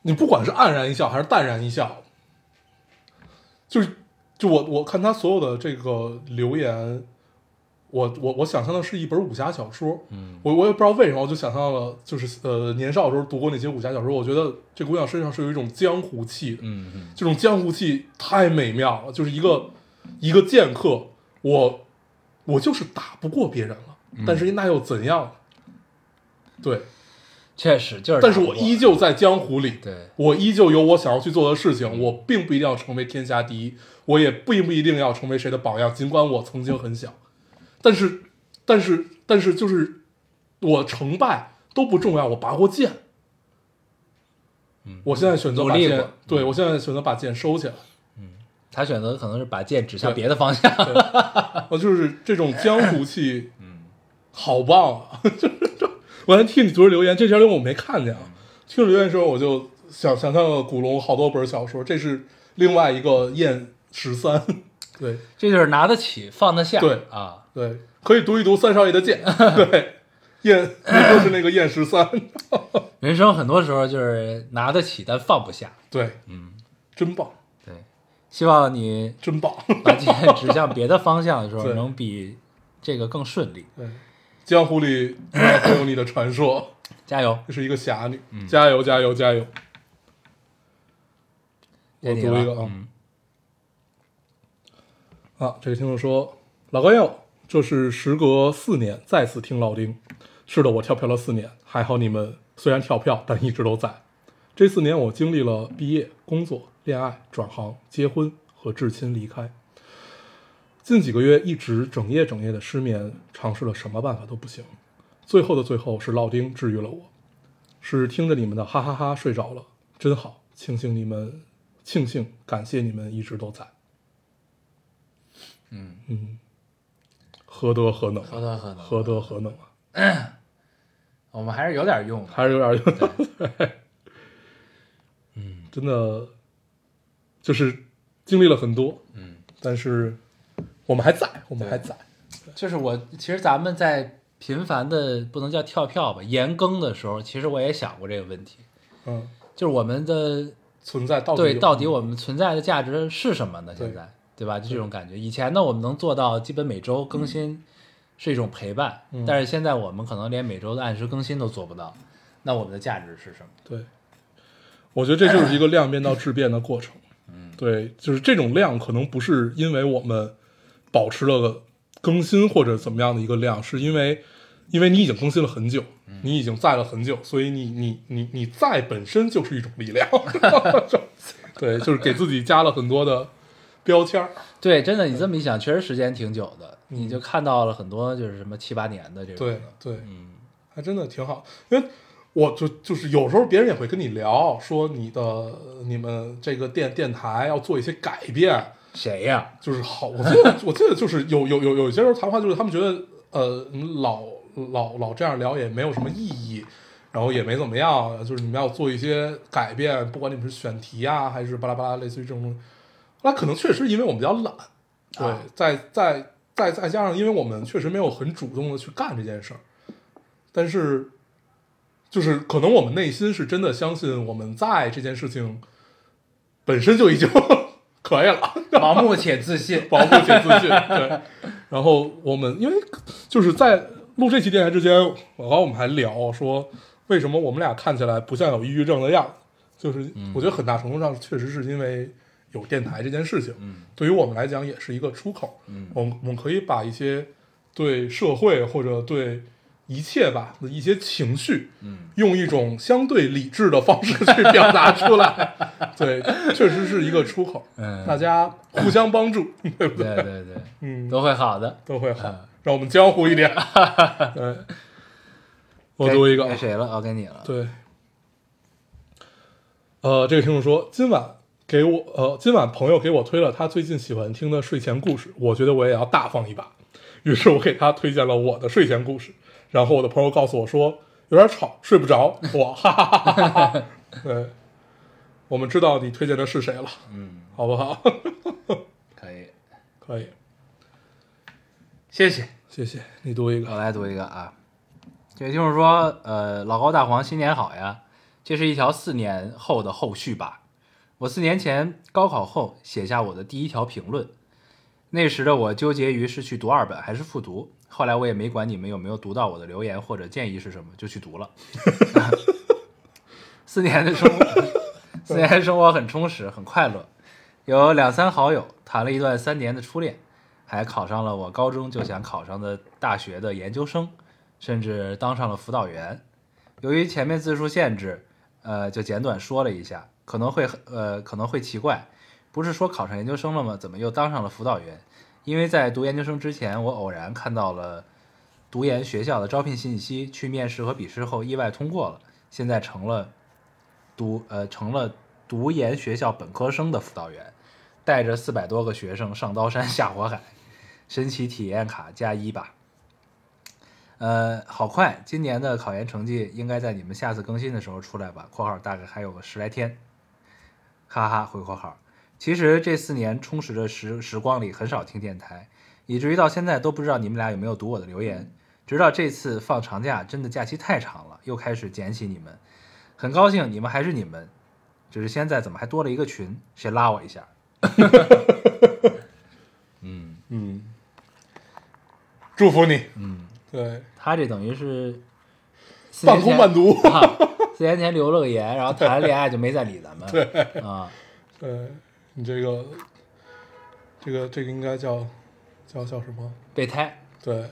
你不管是黯然一笑还是淡然一笑，就是就我我看他所有的这个留言，我我我想象的是一本武侠小说，
嗯
我我也不知道为什么，我就想象了，就是呃年少的时候读过那些武侠小说，我觉得这姑娘身上是有一种江湖气的，
嗯嗯
这种江湖气太美妙了，就是一个一个剑客，我我就是打不过别人了，
嗯
但是那又怎样呢？对，
确实就是打
但
不
是
过，
我依旧在江湖里，
对
我依旧有我想要去做的事情，我并不一定要成为天下第一，我也并不一定要成为谁的榜样，尽管我曾经很小，但是，但是，但是，就是我成败都不重要，我拔过剑，嗯，我现在选择把
努力
剑
过，
对我现在选择把剑收起来。
他选择可能是把剑指向别的方向，
我哦就是这种江 湖气，嗯，好棒啊！ 就是我还替你昨儿留言，这条留言我没看见啊。听留言的时候，我就想想象了古龙好多本小说，这是另外一个燕十三， 对
这就是拿得起放得下。
对
啊，
对，可以读一读三少爷的 剑，对，燕就是那个燕十三，
人生很多时候就是拿得起但放不下。
对，嗯，真棒，
对，希望你
真棒，
把剑指向别的方向的时候，
对
能比这个更顺利。
对，江湖 里永远会有你的传说，
加油！
这是一个侠女，加油加油加油！我
该你
读一
了嗯
个啊。啊，这个听众说，老高要，这是时隔四年再次听老丁。是的，我跳票了四年，还好你们虽然跳票，但一直都在。这四年我经历了毕业、工作、恋爱、转行、结婚和至亲离开。近几个月一直整夜整夜的失眠，尝试了什么办法都不行。最后的最后是老丁治愈了我，是听着你们的哈哈哈睡着了，真好，庆幸你们，庆幸感谢你们一直都在。
嗯
嗯，何德何能啊，
何德何能
何德何能啊，
我们还是有点用的。
还是有点用。嗯，真的，就是经历了很多，
嗯，
但是我们还在，我们还在，
就是我，其实咱们在频繁的不能叫跳票吧，延更的时候，其实我也想过这个问题，
嗯，
就是我们的
存在到底
对
有
到底我们存在的价值是什么呢？
对
现在对吧？就这种感觉。以前呢，我们能做到基本每周更新是一种陪伴，
嗯
但是现在我们可能连每周的按时更新都做不到，那我们的价值是什么？
对，我觉得这就是一个量变到质变的过程。嗯，对，就是这种量可能不是因为我们保持了更新或者怎么样的一个量，是因为因为你已经更新了很久，你已经在了很久，所以你你你你在本身就是一种力量。对，就是给自己加了很多的标签儿。
对，真的，你这么一想，确实时间挺久的，你就看到了很多就是什么七八年的这种
嗯对
的，
对，嗯，还真的挺好，因为我就就是有时候别人也会跟你聊说你的你们这个电电台要做一些改变，
谁呀？
就是好，我记得我记得就是有有有有一些时候谈话就是他们觉得呃老老老这样聊也没有什么意义。然后也没怎么样，就是你们要做一些改变，不管你们是选题啊，还是巴拉巴拉，类似于这种东西。那可能确实因为我们比较懒，对，
啊
再再再再加上，因为我们确实没有很主动的去干这件事儿，但是就是可能我们内心是真的相信我们在这件事情本身就已经 可以了，，
盲目且自信
保护且自信。对，然后我们因为就是在录这期电台之前，我和我们还聊说，为什么我们俩看起来不像有抑郁症的样子？就是
嗯
我觉得很大程度上确实是因为有电台这件事情，
嗯
对于我们来讲也是一个出口。
嗯
我们我们可以把一些对社会或者对一切吧的一些情绪，
嗯，
用一种相对理智的方式去表达 出来。 对，确实是一个出口。
嗯
大家互相帮助，对不对？
对对对，
嗯，
都会好的。
都会好
嗯，
让我们江湖 一点。对，我
该
读一个
该
啊，
谁了？哦，该你了。
对，呃，这个听众说，今晚给我，呃，今晚朋友给我推了他最近喜欢听的睡前故事，我觉得我也要大放一把，于是我给他推荐了我的睡前故事，然后我的朋友告诉我说有点吵，睡不着，我哈哈哈哈哈 哈。对，我们知道你推荐的是谁了，
嗯，
好不好？
可以，
可以，
谢谢。
谢谢你读一个，
我来读一个啊，这位听众说，呃，老高大黄新年好呀，这是一条四年后的后续吧。我四年前高考后写下我的第一条评论，那时的我纠结于是去读二本还是复读，后来我也没管你们有没有读到我的留言或者建议是什么，就去读了。 四年的生活，四年的生活很充实，很快乐，有两三好友，谈了一段三年的初恋，还考上了我高中就想考上的大学的研究生，甚至当上了辅导员。由于前面字数限制，呃，就简短说了一下，可能会呃可能会奇怪，不是说考上研究生了吗？怎么又当上了辅导员？因为在读研究生之前，我偶然看到了读研学校的招聘信息，去面试和笔试后意外通过了，现在成了读呃成了读研学校本科生的辅导员，带着四百多个学生上刀山下火海，神奇体验卡加一吧。呃，好快，今年的考研成绩应该在你们下次更新的时候出来吧（括号大概还有个十来天）。哈哈，回括号。其实这四年充实的时时光里，很少听电台，以至于到现在都不知道你们俩有没有读我的留言。直到这次放长假，真的假期太长了，又开始捡起你们。很高兴你们还是你们，只是现在怎么还多了一个群？谁拉我一下？
嗯，祝福你，嗯，对，
他这等于是四
半
年
工
前
半读，
啊，四年前留了个言，然后谈了恋爱就没再理咱们。对啊，
对你这个，这个这个应该叫叫叫什么？
备胎，
对，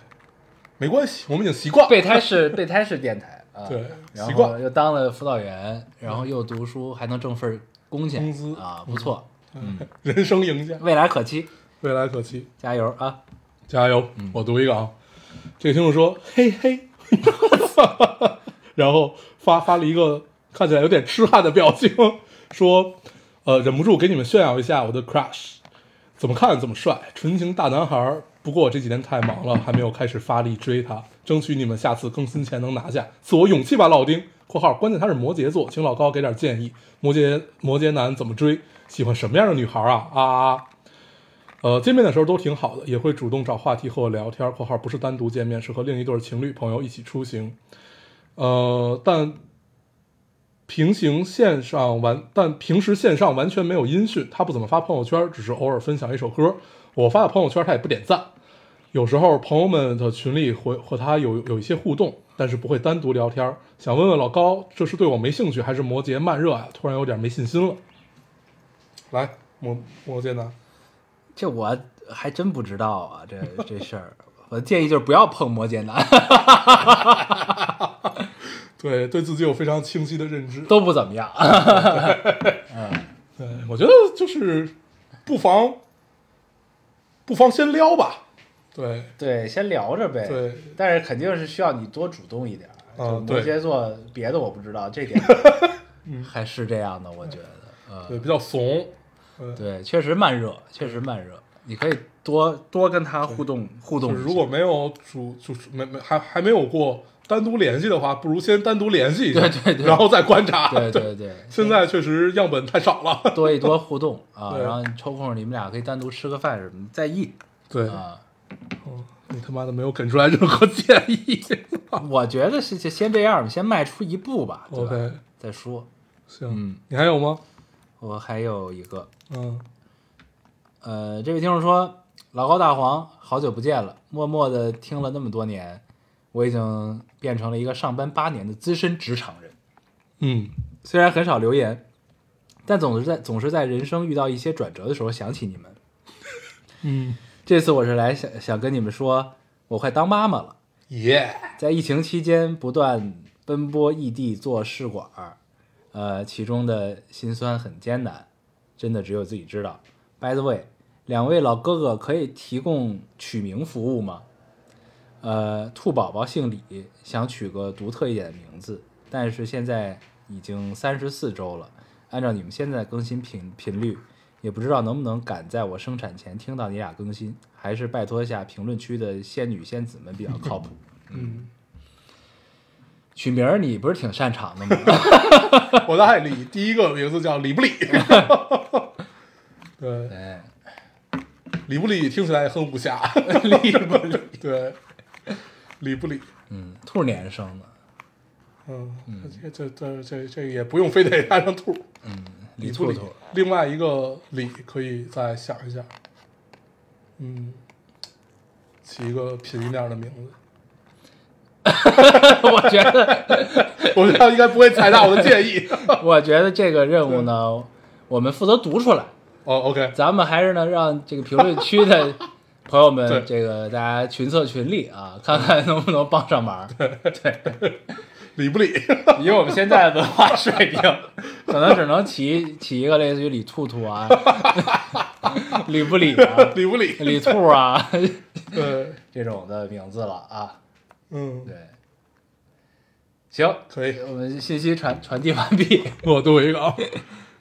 没关系，我们已经习惯了，
备胎是备胎是电台啊，
对
然
习
后
惯
又当了辅导员，然后又读书，还能挣份工钱，
工资嗯
啊，不错，
人生赢家，
未来可期，
未来可期，
加油啊！
加油！我读一个啊，这个听众说，嘿嘿， 然后发发了一个看起来有点痴汉的表情，说，呃，忍不住给你们炫耀一下我的 crush，怎么看怎么帅，纯情大男孩儿。不过我这几天太忙了，还没有开始发力追他，争取你们下次更新前能拿下，赐我勇气吧，老丁。（括号关键他是摩羯座，请老高给点建议，摩羯摩羯男怎么追，喜欢什么样的女孩啊？啊啊啊！）呃，见面的时候都挺好的，也会主动找话题和我聊天。（括号不是单独见面，是和另一对情侣朋友一起出行。）呃，但平行线上完，但平时线上完全没有音讯，他不怎么发朋友圈，只是偶尔分享一首歌。我发的朋友圈他也不点赞。有时候朋友们的群里会和他有有一些互动，但是不会单独聊天。想问问老高，这是对我没兴趣，还是摩羯慢热啊？突然有点没信心了。来，摩摩羯男，
这我还真不知道啊，这这事儿，我的建议就是不要碰摩羯男，
对对自己有非常清晰的认知。
都不怎么样。
对，哎我觉得就是不妨不妨先撩吧。对，
对，先聊着呗。
对
但是肯定是需要你多主动一点儿。
嗯
就摩
对嗯
羯座别的我不知道，这点 还是这样的，我觉得。嗯，
对，嗯比较怂。
对，确实慢热，确实慢热。你可以多多跟他互动互动
就
一下。
是如果没有主，就是没没还还没有过单独联系的话，不如先单独联系一下，
对对对
然后再观察。
对
对
对对，
现在确实样本太少 了。
多一多互动啊，
对
然后你抽空你们俩可以单独吃个饭什么的，再议
对，
啊。
你他妈的没有给出来任何建 议。
我觉得是就先这样吧，先迈出一步吧，对吧
哦 OK，
再说。
行，
嗯
你还有吗？
我还有一个，
嗯，
呃，这位听众说，老高大黄，好久不见了，默默的听了那么多年，我已经变成了一个上班八年的资深职场人。
嗯，
虽然很少留言，但总是在总是在人生遇到一些转折的时候想起你们。
嗯，
这次我是来想想跟你们说，我快当妈妈了。
耶，
在疫情期间不断奔波异地做试管儿，呃，其中的辛酸很艰难，真的只有自己知道。By the way，两位老哥哥可以提供取名服务吗？呃，兔宝宝姓李，想取个独特一点的名字，但是现在已经三十四周了，按照你们现在更新频频率，也不知道能不能赶在我生产前听到你俩更新，还是拜托一下评论区的仙女仙子们比较靠谱。
嗯，
取名儿你不是挺擅长的吗？
我的爱里第一个名字叫理不理。对，
哎，
理不理听起来也很武 侠。
理不理？
对，理不理？
嗯，兔年生的，
嗯，这这这这这也不用非得按上兔，
李
不
兔
理
兔。。
另外一个理可以再想一下，嗯，起一个拼音那样的名字，
我觉得，
我觉得他应该不会采纳我的建议。
我觉得这个任务呢，我们负责读出来。
哦，OK，
咱们还是呢，让这个评论区的朋 友们
对，
这个大家群策群力啊，看看能不能帮上忙。对，
理不理？
以我们现在的文化水平， 可能只能起起一个类似于李兔兔 啊，理不理啊，
理不理？
李兔 啊
对，
这种的名字了啊。
嗯，
对，行，
可以。
我们信息传传递完毕。
我读一个啊，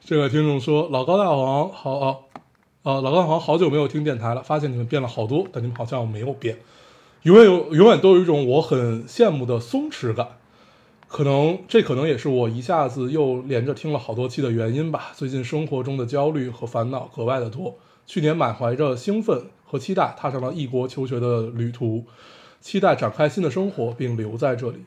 这个听众说：“老高大王好啊，啊，老高大王好久没有听电台了，发现你们变了好多，但你们好像没有变，永远有永远都有一种我很羡慕的松弛感。可能这可能也是我一下子又连着听了好多期的原因吧。最近生活中的焦虑和烦恼格外的多。去年满怀着兴奋和期待，踏上了异国求学的旅途，期待展开新的生活，并留在这里。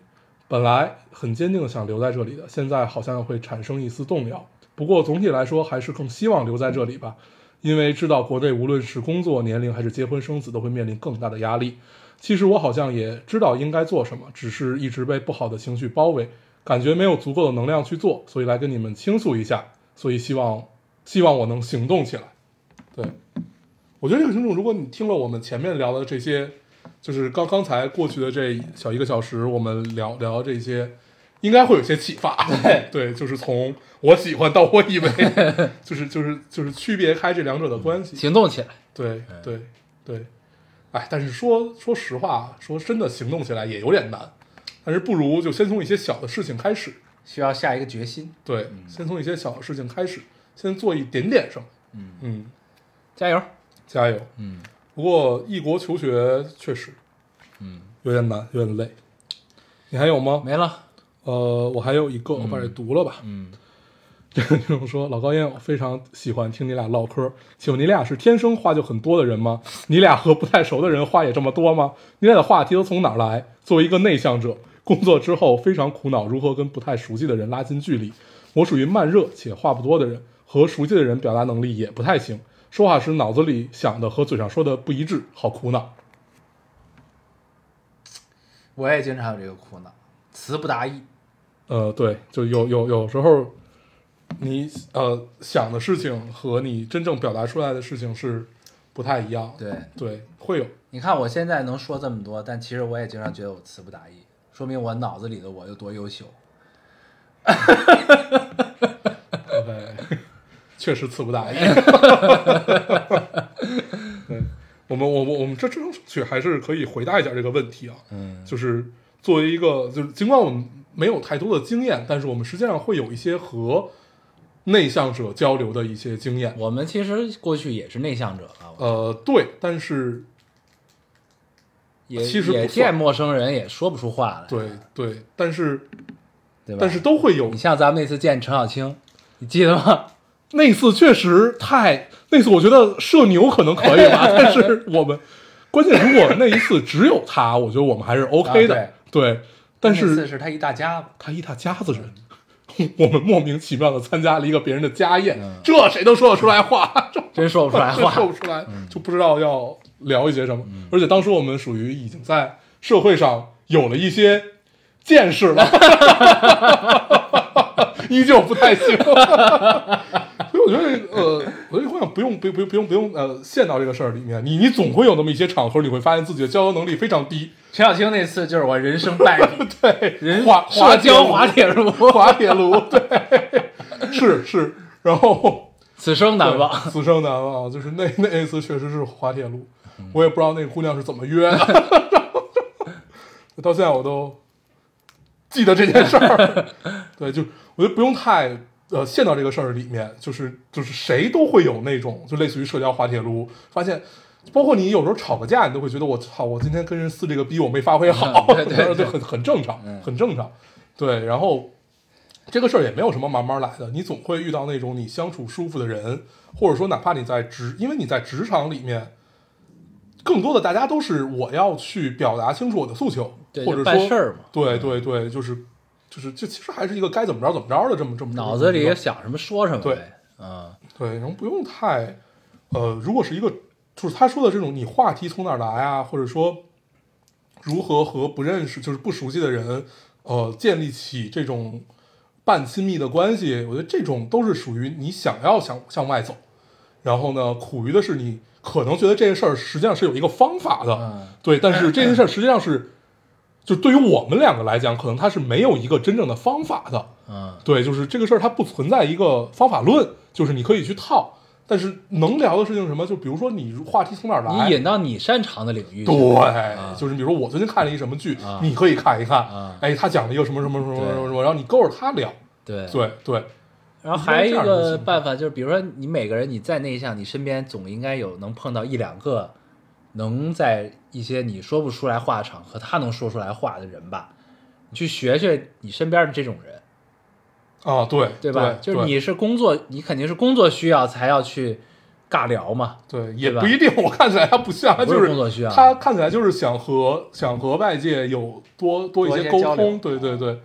本来很坚定的想留在这里的，现在好像会产生一丝动摇。不过总体来说，还是更希望留在这里吧，因为知道国内无论是工作、年龄还是结婚生子，都会面临更大的压力。其实我好像也知道应该做什么，只是一直被不好的情绪包围，感觉没有足够的能量去做，所以来跟你们倾诉一下。所以希望，希望我能行动起来。对，我觉得这个听众，如果你听了我们前面聊的这些就是刚刚才过去的这小一个小时，我们聊聊这些，应该会有些启发。 对，就是从我喜欢到我以为， 就是就是就是区别开这两者的关系。
行动起来，
对对对，哎，但是说说实话，说真的，行动起来也有点难。但是不如就先从一些小的事情开始，
需要下一个决心，
对，先从一些小的事情开始，先做一点点什么。
嗯
嗯，
加油。
加油。
嗯
不过异国求学确实
嗯，
有点难，有点累。你还有吗？
没了。
呃，我还有一个，我把这读了吧。
嗯，
这个听众说，老高烟，我非常喜欢听你俩唠嗑。请问你俩是天生话就很多的人吗？你俩和不太熟的人话也这么多吗？你俩的话题都从哪儿来？作为一个内向者，工作之后非常苦恼，如何跟不太熟悉的人拉近距离？我属于慢热且话不多的人，和熟悉的人表达能力也不太行，说话时脑子里想的和嘴上说的不一致，好苦恼。
我也经常有这个苦恼，词不达意。
呃，对，就有有有时候你呃想的事情和你真正表达出来的事情是不太一样的。
对，
对，会有
你看我现在能说这么多，但其实我也经常觉得我词不达意，说明我脑子里的我有多优秀。
，OK，确实词 不达意。对，我们我们我们这这种曲还是可以回答一下这个问题啊，
嗯
就是作为一个就是尽管我们没有太多的经验，但是我们实际上会有一些和内向者交流的一些经验。
我们其实过去也是内向者啊，
呃，对，但是
也
其实不
也
算
见陌生人也说不出话来，
对对，但是
对吧？
但是都会有
你像咱们那次见陈小青，你记得 吗？
那次确实太那次，我觉得射牛可能可以 吧，但是我们关键如果那一次只有他，我觉得我们还是 OK 的，
啊
对但
那次
是
是他一大家子，
他一大家子人， 我们莫名其妙的参加了一个别人的家宴，
嗯
这谁都说得出 来话，这
真说不出来
这说
话嗯
不。出来，就不知道要聊一些什么。而且当时我们属于已经在社会上有了一些见识 了，依旧不太行。所以我觉得，呃，我觉得好像不用，不用，不用，不用，不用，呃，陷到这个事儿里面。你你总会有那么一些场合，你会发现自己的交流能力非常 低，
陈小青那次就是我人生败笔，
对，
人
滑
社交滑
滑
铁卢，
滑铁卢，对，是是，然后。
此生难忘。
对此生难忘。啊就是那那一次确实是滑铁卢，
嗯
我也不知道那个姑娘是怎么约的， 到现在我都记得这件事儿。对，就我觉得不用太呃陷到这个事儿里面，就是就是谁都会有那种就类似于社交滑铁卢，发现。包括你有时候吵个架，你都会觉得我操，我今天跟人撕这个逼，我没发挥好，
嗯对对对 嗯
就很很正常，很正常。对，然后这个事儿也没有什么慢慢来的，你总会遇到那种你相处舒服的人，或者说哪怕你在职，因为你在职场里面，更多的大家都是我要去表达清楚我的诉求，
对
或者
就办
说
事儿嘛嗯
对对对，就是就是这其实还是一个该怎么着怎么着的这么这么
脑子
这么一
里
个
想什么说什么
嗯对
呗。嗯，
对，然后不用太，呃，如果是一个，就是他说的这种，你话题从哪儿来啊，或者说如何和不认识，就是不熟悉的人，呃，建立起这种半亲密的关系，我觉得这种都是属于你想要向向外走，然后呢，苦于的是你可能觉得这件事儿实际上是有一个方法的，
嗯
对，但是这件事儿实际上是，就对于我们两个来讲，可能它是没有一个真正的方法的，
嗯，
对，就是这个事儿它不存在一个方法论，就是你可以去套，但是能聊的事情是什么？就比如说你话题从哪儿来，
你引到你擅长的领域去，啊
对，就是比如说我最近看了一什么剧
啊，
你可以看一看
啊。
哎，他讲了一个什么什么什么什么
对
什么什么，然后你勾着他聊。
对
对对，
然后还有一
这样就
个
行
办法就是，比如说你每个人你再内向，你身边总应该有能碰到一两个能在一些你说不出来话的场合，他能说出来话的人吧。你去学学你身边的这种人，
啊，对
对吧？
对
就是你是工作，你肯定是工作需要才要去尬聊嘛。
对，也
对吧
不一定。我看起来他不像，他
不是
就是
工作需要
他看起来就是想和想和外界有多多一
多一
些
些
沟
交流
通。对对对，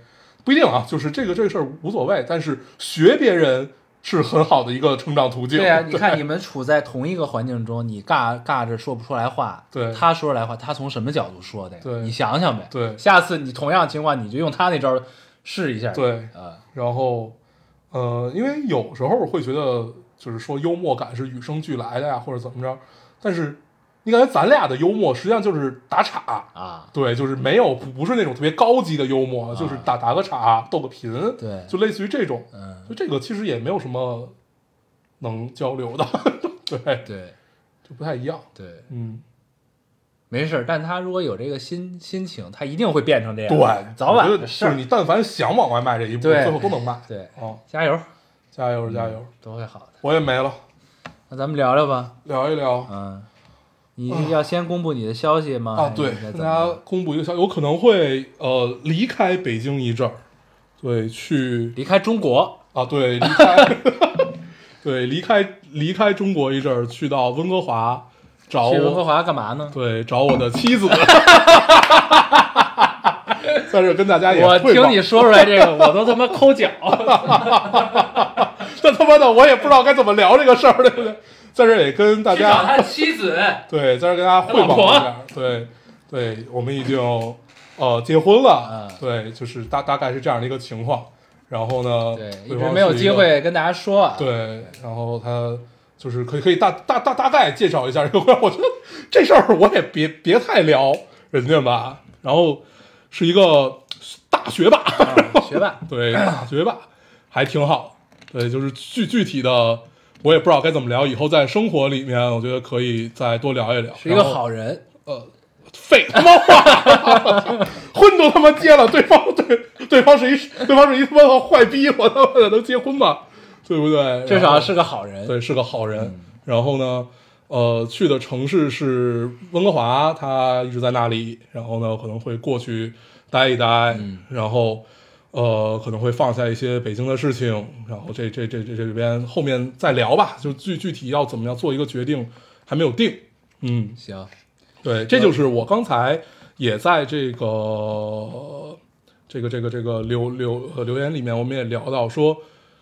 不一定啊，就是这个这个事儿无所谓，但是学别人是很好的一个成长途径。
对啊，你看你们处在同一个环境中，你尬尬着说不出来话，
对
他说出来话，他从什么角度说的呀？
对
你想想呗。
对
下次你同样情况，你就用他那招试一下。
对，
啊，
然后，呃，因为有时候会觉得，就是说幽默感是与生俱来的呀，或者怎么着。但是，你感觉咱俩的幽默实际上就是打岔，
啊，
对，就是没有不不是那种特别高级的幽默，就是
啊
打打个岔，斗个贫，
对
就类似于这种。
嗯，
就这个其实也没有什么能交流的， 对，
对
就不太一样。
对，
嗯，
没事儿。但他如果有这个心心情，他一定会变成这样。
对，
早晚
我觉得
的事
就是
儿。
你但凡想往外迈这一步，
对嗯
最后都能迈。
对，
哦，
加油，
加油加油！
都会好的。
我也没了，
那咱们聊聊吧。
聊一聊。
嗯，你要先公布你的消息吗？
啊，
还是
对，
哎该
跟
怎
大
么
家
样
公布一个消息，我可能会呃离开北京一阵儿，对，去
离开中国
啊，对，离开， 对，离开离开中国一阵儿，去到温哥华找
去温哥
我，
华干嘛呢？
对，找我的妻子。在这儿跟大家也
我
汇报
听你，说出来这个，我都他妈抠 脚。
这他妈的我也不知道该怎么聊这个事儿，对不对？在这儿也跟大
去找
家
他妻子，
对，在这儿跟大家汇
老
报
婆
一下，对，对，我们已经呃结婚了，
嗯
对，就是大大概是这样的一个情况。然后呢，
对，一直
对方
没有
是一
机
个
会跟大家说啊。
对，然后他就是可以可以大大大大概介绍一下这个，我觉得这事儿我也别别太聊人家吧。然后是一个大学霸，
学 霸，
对，大学霸还挺好。对，就是具具体的我也不知道该怎么聊，以后在生活里面，我觉得可以再多聊一聊。
是一个
然后
好人。
废他妈 话，婚都他妈结了，对方对对方是一对方是一他妈的坏逼，我他妈的能结婚吗？对不对？
至
然后
少是个好人，
对，是个好人。然后呢，呃，去的城市是温哥华，他一直在那里。然后呢，可能会过去待一待，然后呃，可能会放下一些北京的事情。然后这这这这这边后面再聊吧，就具具体要怎么样做一个决定还没有定。嗯，
行，
对，这就是我刚才也在这个这个这个这个留留呃留言里面，我们也聊到说，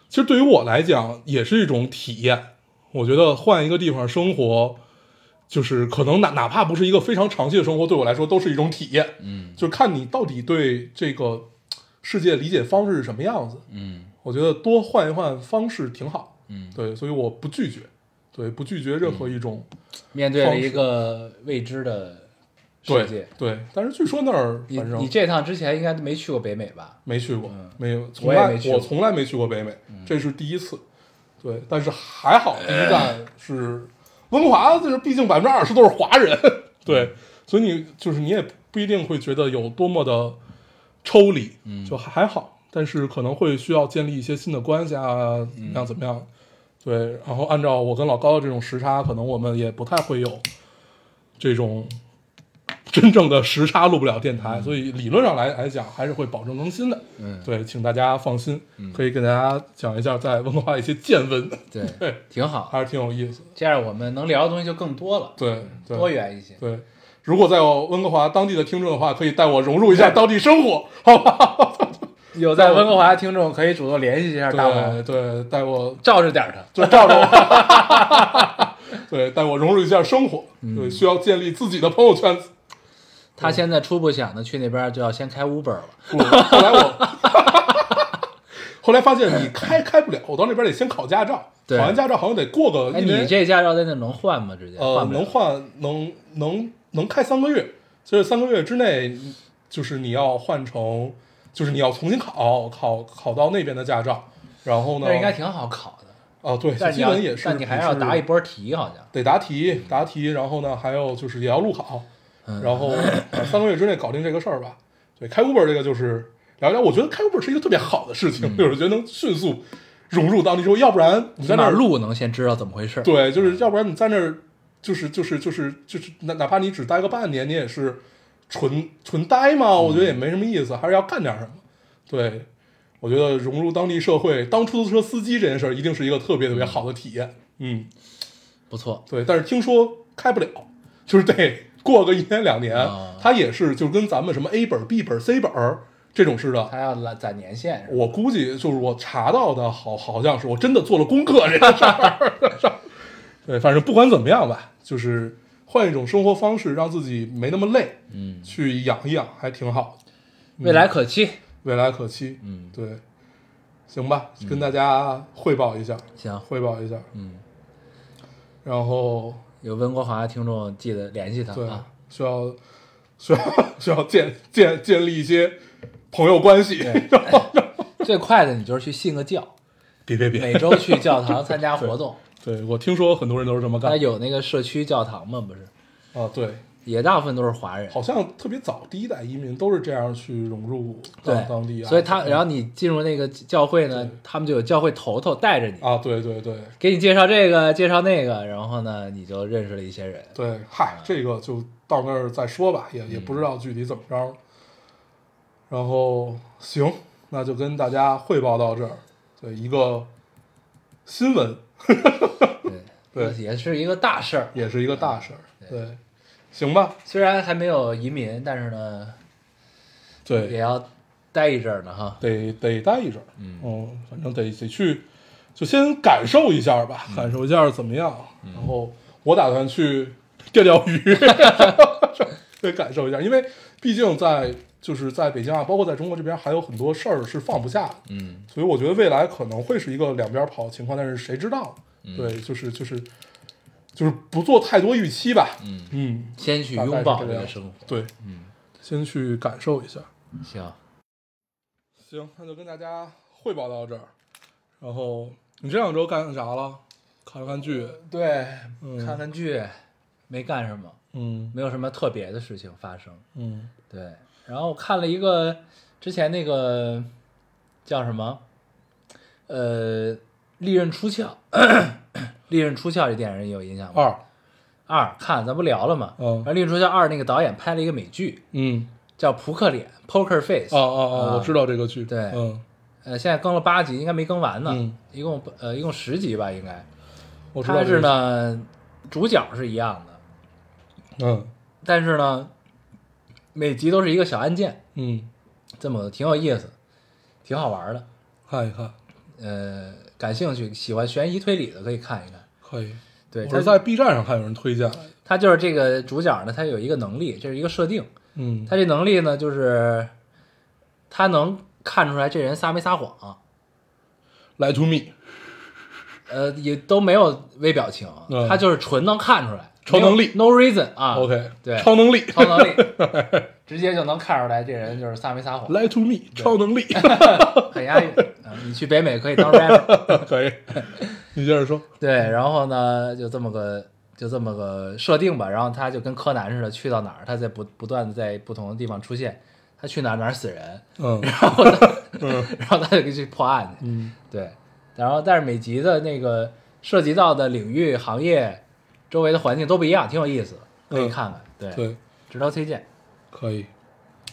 其实对于我来讲也是一种体验。我觉得换一个地方生活，就是可能哪哪怕不是一个非常长期的生活，对我来说都是一种体验。嗯，就是看你到底对这个世界理解方式是什么样子。
嗯
我觉得多换一换方式挺好。
嗯，
对，所以我不拒绝，对，不拒绝任何一种
面对了
方式
一个未知的世
对
界。
对，但是据说那儿
你
反正
你这趟之前应该没去过北美吧？
没去过，没有，
嗯
从
我也
来
没去过嗯
从来没去过北美，这是第一次。对，但是还好，第一站是温哥华，就是毕竟百分之二十都是华人，
嗯
对，所以你就是你也不一定会觉得有多么的抽离，
嗯
就还还好，但是可能会需要建立一些新的关系啊，怎么样怎么样，对，然后按照我跟老高的这种时差，可能我们也不太会有这种真正的时差录不了电台，所以理论上来来讲还是会保证更新的。
嗯
对，请大家放心，可以给大家讲一下在温哥华的一些见闻，
对，
对，
挺好，
还是挺有意思的。
这样我们能聊的东西就更多了，
对，对
嗯多元一些。
对。如果在我温哥华当地的听众的话，可以带我融入一下当地 生活，好吧？
有在温哥华的听众可以主动联系一下大
对
王，
对，带我
罩着点儿他。
就照着我， 对，带我融入一下生活，
嗯
对，需要建立自己的朋友圈子。
他现在初步想的去那边就要先开 Uber 了，
不后来我，后来发现你开开不了，我到那边得先考驾照，考
对
完驾照好像得过个
哎，
一
你
年，
这驾照在那能换吗？直接
呃
换，不了
能换能能能开三个月，所以三个月之内，就是你要换成，就是你要重新考，考考到那边的驾照，然后呢，
那应该挺好考的。
啊，对，
但
小
你
基
要
本也是，
但你还要答一
是
波题，好像
得答题，答题，然后呢，还有就是也要路考，然后呃三个月之内搞定这个事儿吧。对，开 Uber 这个就是聊聊，我觉得开 Uber 是一个特别好的事情，就是觉得能迅速融入到你说，要不然你
起
在那
码
儿
路能先知道怎么回事。，
对，就是要不然你在那儿，就是就是就是就是，哪哪怕你只待个半年，你也是纯纯待嘛，我觉得也没什么意思，还是要干点什么。对，我觉得融入当地社会，当出租车司机这件事儿，一定是一个特别特别好的体验。嗯，
不错，
对，但是听说开不了，就是得过个一年两年
啊，
它也是就跟咱们什么 A 本、B 本、C 本儿这种似的，
他要攒攒年限是吧？
我估计就是我查到的好，好像是我真的做了功课这个事儿。 对，反正不管怎么样吧，就是换一种生活方式，让自己没那么累，
嗯，
去养一养还挺好的，
未来可期。
未来可期。
嗯，
对，行吧，跟大家汇报一下，
行，
汇报一下。
嗯，
然后
有温国华的听众记得联系他
对
啊。，
需要 需要需要建建建立一些朋友关系。
最快的你就是去信个教，
别 别别，
每周去教堂参加活 动。
对我听说很多人都是这么干
他有那个社区教堂嘛，不是，
啊，对。
也大部分都是华人。
好像特别早第一代移民都是这样去融入
对
当当地啊，
所以他，然后你进入那个教会呢，他们就有教会头头带着你，
啊，对对对
给你介绍这个，介绍那个，然后呢，你就认识了一些人。
对，嗨，这个就到那儿再说吧，也也
嗯
不知道具体怎么着。然后行，那就跟大家汇报到这儿，对一个新闻
对，
对
也是一个大事儿。
也是一个大事儿，对，行吧，
虽然还没有移民，但是呢，也
对，
要待一阵儿呢，哈。
得得待一阵儿，嗯，反正得得去，就先感受一下吧，感受一下怎么样。然后我打算去钓钓鱼， 得感受一下，因为毕竟在就是在北京啊，包括在中国这边，还有很多事儿是放不下的。
嗯，
所以我觉得未来可能会是一个两边跑的情况，但是谁知道？
嗯
对，就是就是就是不做太多预期吧。
嗯
嗯，
先去
大概
拥
是
抱
这
这
个样
个
子
生活。
对，
嗯，
先去感受一下。
行，
行，那就跟大家汇报到这儿。然后你这两周干啥了？看了看剧，
呃对，
嗯
看看剧，没干什么，
嗯
没有什么特别的事情发生。
嗯
对，然后我看了一个之前那个叫什么，呃，《利刃出鞘》，《利刃出鞘》这电影你有印象吗？
二，
二看咱不聊了吗？
嗯
然后《利刃出鞘二》那个导演拍了一个美剧
嗯，
叫《扑克脸》（Poker Face）。
哦哦哦，
啊
我知道这个剧，
对
嗯，
呃，现在更了八集，应该没更完呢，
嗯
一共呃一共十集吧，应该。
我知道
它
这个
是
剧，
呢，主角是一样的，
嗯
但是呢，每集都是一个小案件，
嗯，
这么挺有意思，挺好玩的。
看一看，
呃，感兴趣、喜欢悬疑推理的可以看一看。
可以。
对，
我是
他
在 B 站上看有人推荐来的，
他就是这个主角呢，他有一个能力，这是一个设定。
嗯
他这能力呢，就是他能看出来这人撒没撒谎，
，Lie to me，
呃，也都没有微表情，
嗯
他就是纯能看出来，
超能力
没有，no reason 啊
OK，
对
超能力
超能 力，直接就能看出来这人就是撒没撒谎，
，Lie to me，超能 力，
很押韵。啊你去北美可以 当 rapper，
可以，你接着说，
对，然后呢，就这么个就这么个设定吧。然后他就跟柯南似的，去到哪儿，他在不不断的在不同的地方出现，他去哪儿哪儿死人，
嗯
然后他， 然后他就去破案去。
嗯
对，然后但是每集的那个涉及到的领域、行业、周围的环境都不一样，挺有意思的，可以
嗯
看看。对，
对，
值得推荐。
可以。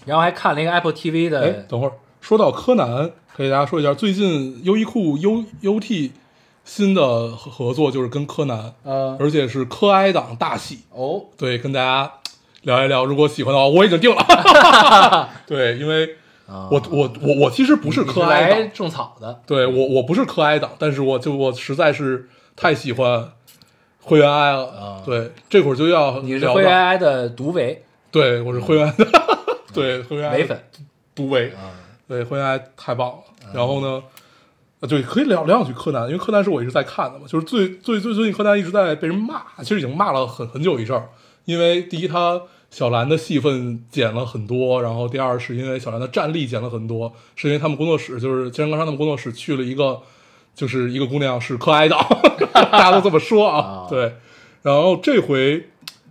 然后还看了一个 Apple TV
哎，
的，
等会儿说到柯南，可以给大家说一下，最近优衣库 U U T 新的合合作就是跟柯南，
呃，
而且是柯哀党大戏。
哦，
对，跟大家聊一聊，如果喜欢的话，我已经定了。 对，因为
啊
我我我我其实不是
你
柯哀
来
党，
种草的，
对我我不是柯哀党，但是我就我实在是太喜欢灰原哀了
啊。
对，这会儿就要
你是
嗯聊
灰
到
原哀的毒唯
对，我是灰原， 对灰原哀
唯粉，
独唯。对，灰原哀太棒了。然后呢，呃，对，可以聊聊两句柯南，因为柯南是我一直在看的嘛，就是最最最最近柯南一直在被人骂，其实已经骂了很很久一阵儿。因为第一，他小兰的戏份减了很多，然后第二是因为小兰的战力减了很多，是因为他们工作室就是金山刚昌他们工作室去了一个就是一个姑娘是可爱的， 大家都这么说
啊
啊。 对，然后这回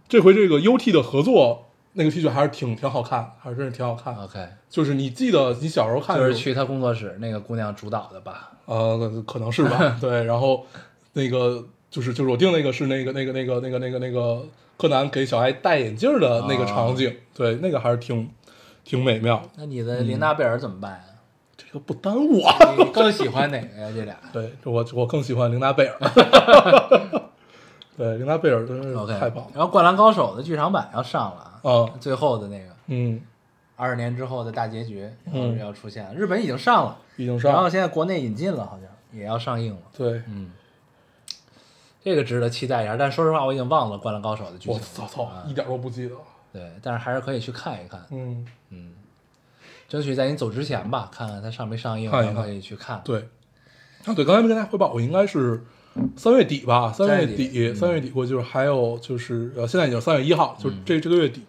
这回这个 UT 的合作那个 T 恤还是挺挺好看，还是真是挺好看。
OK，
就是你记得你小时候看
就
的
是
时候
去他工作室那个姑娘主导的吧？
呃，可能是 吧。对，然后那个就是就是我定那个是那个那个那个那个那个那个柯南给小爱戴眼镜的
啊
那个场景，对，那个还是挺挺美妙。
那你的琳娜贝尔怎么 办呀、
这个不耽误 啊。
你更喜欢哪个呀？这俩
对，我我更喜欢琳达 贝尔。对，琳达贝尔真是
OK
太棒了。
然后《灌篮高手》的剧场版要上了啊，
啊，
最后的那个
嗯，
二十年之后的大结局
嗯
要出现了，日本已经上了，
已经
然
上
后
了。
现在国内引进了，好像也要上映了。
对，
嗯，这个值得期待一下。但说实话，我已经忘了《灌篮高手》的剧
我
情。
操操
啊，
一点都不记得了。
对，但是还是可以去看一看，
嗯，
争取在你走之前吧，看看它上没上映，
看一
然
看
后可以去看。
对。啊，对，刚才没跟大家汇报，我应该是三月底吧，三月
三月底嗯
底，三月底过去，就是还有就是呃，现在已经三月一号，就是
嗯
这这个月底。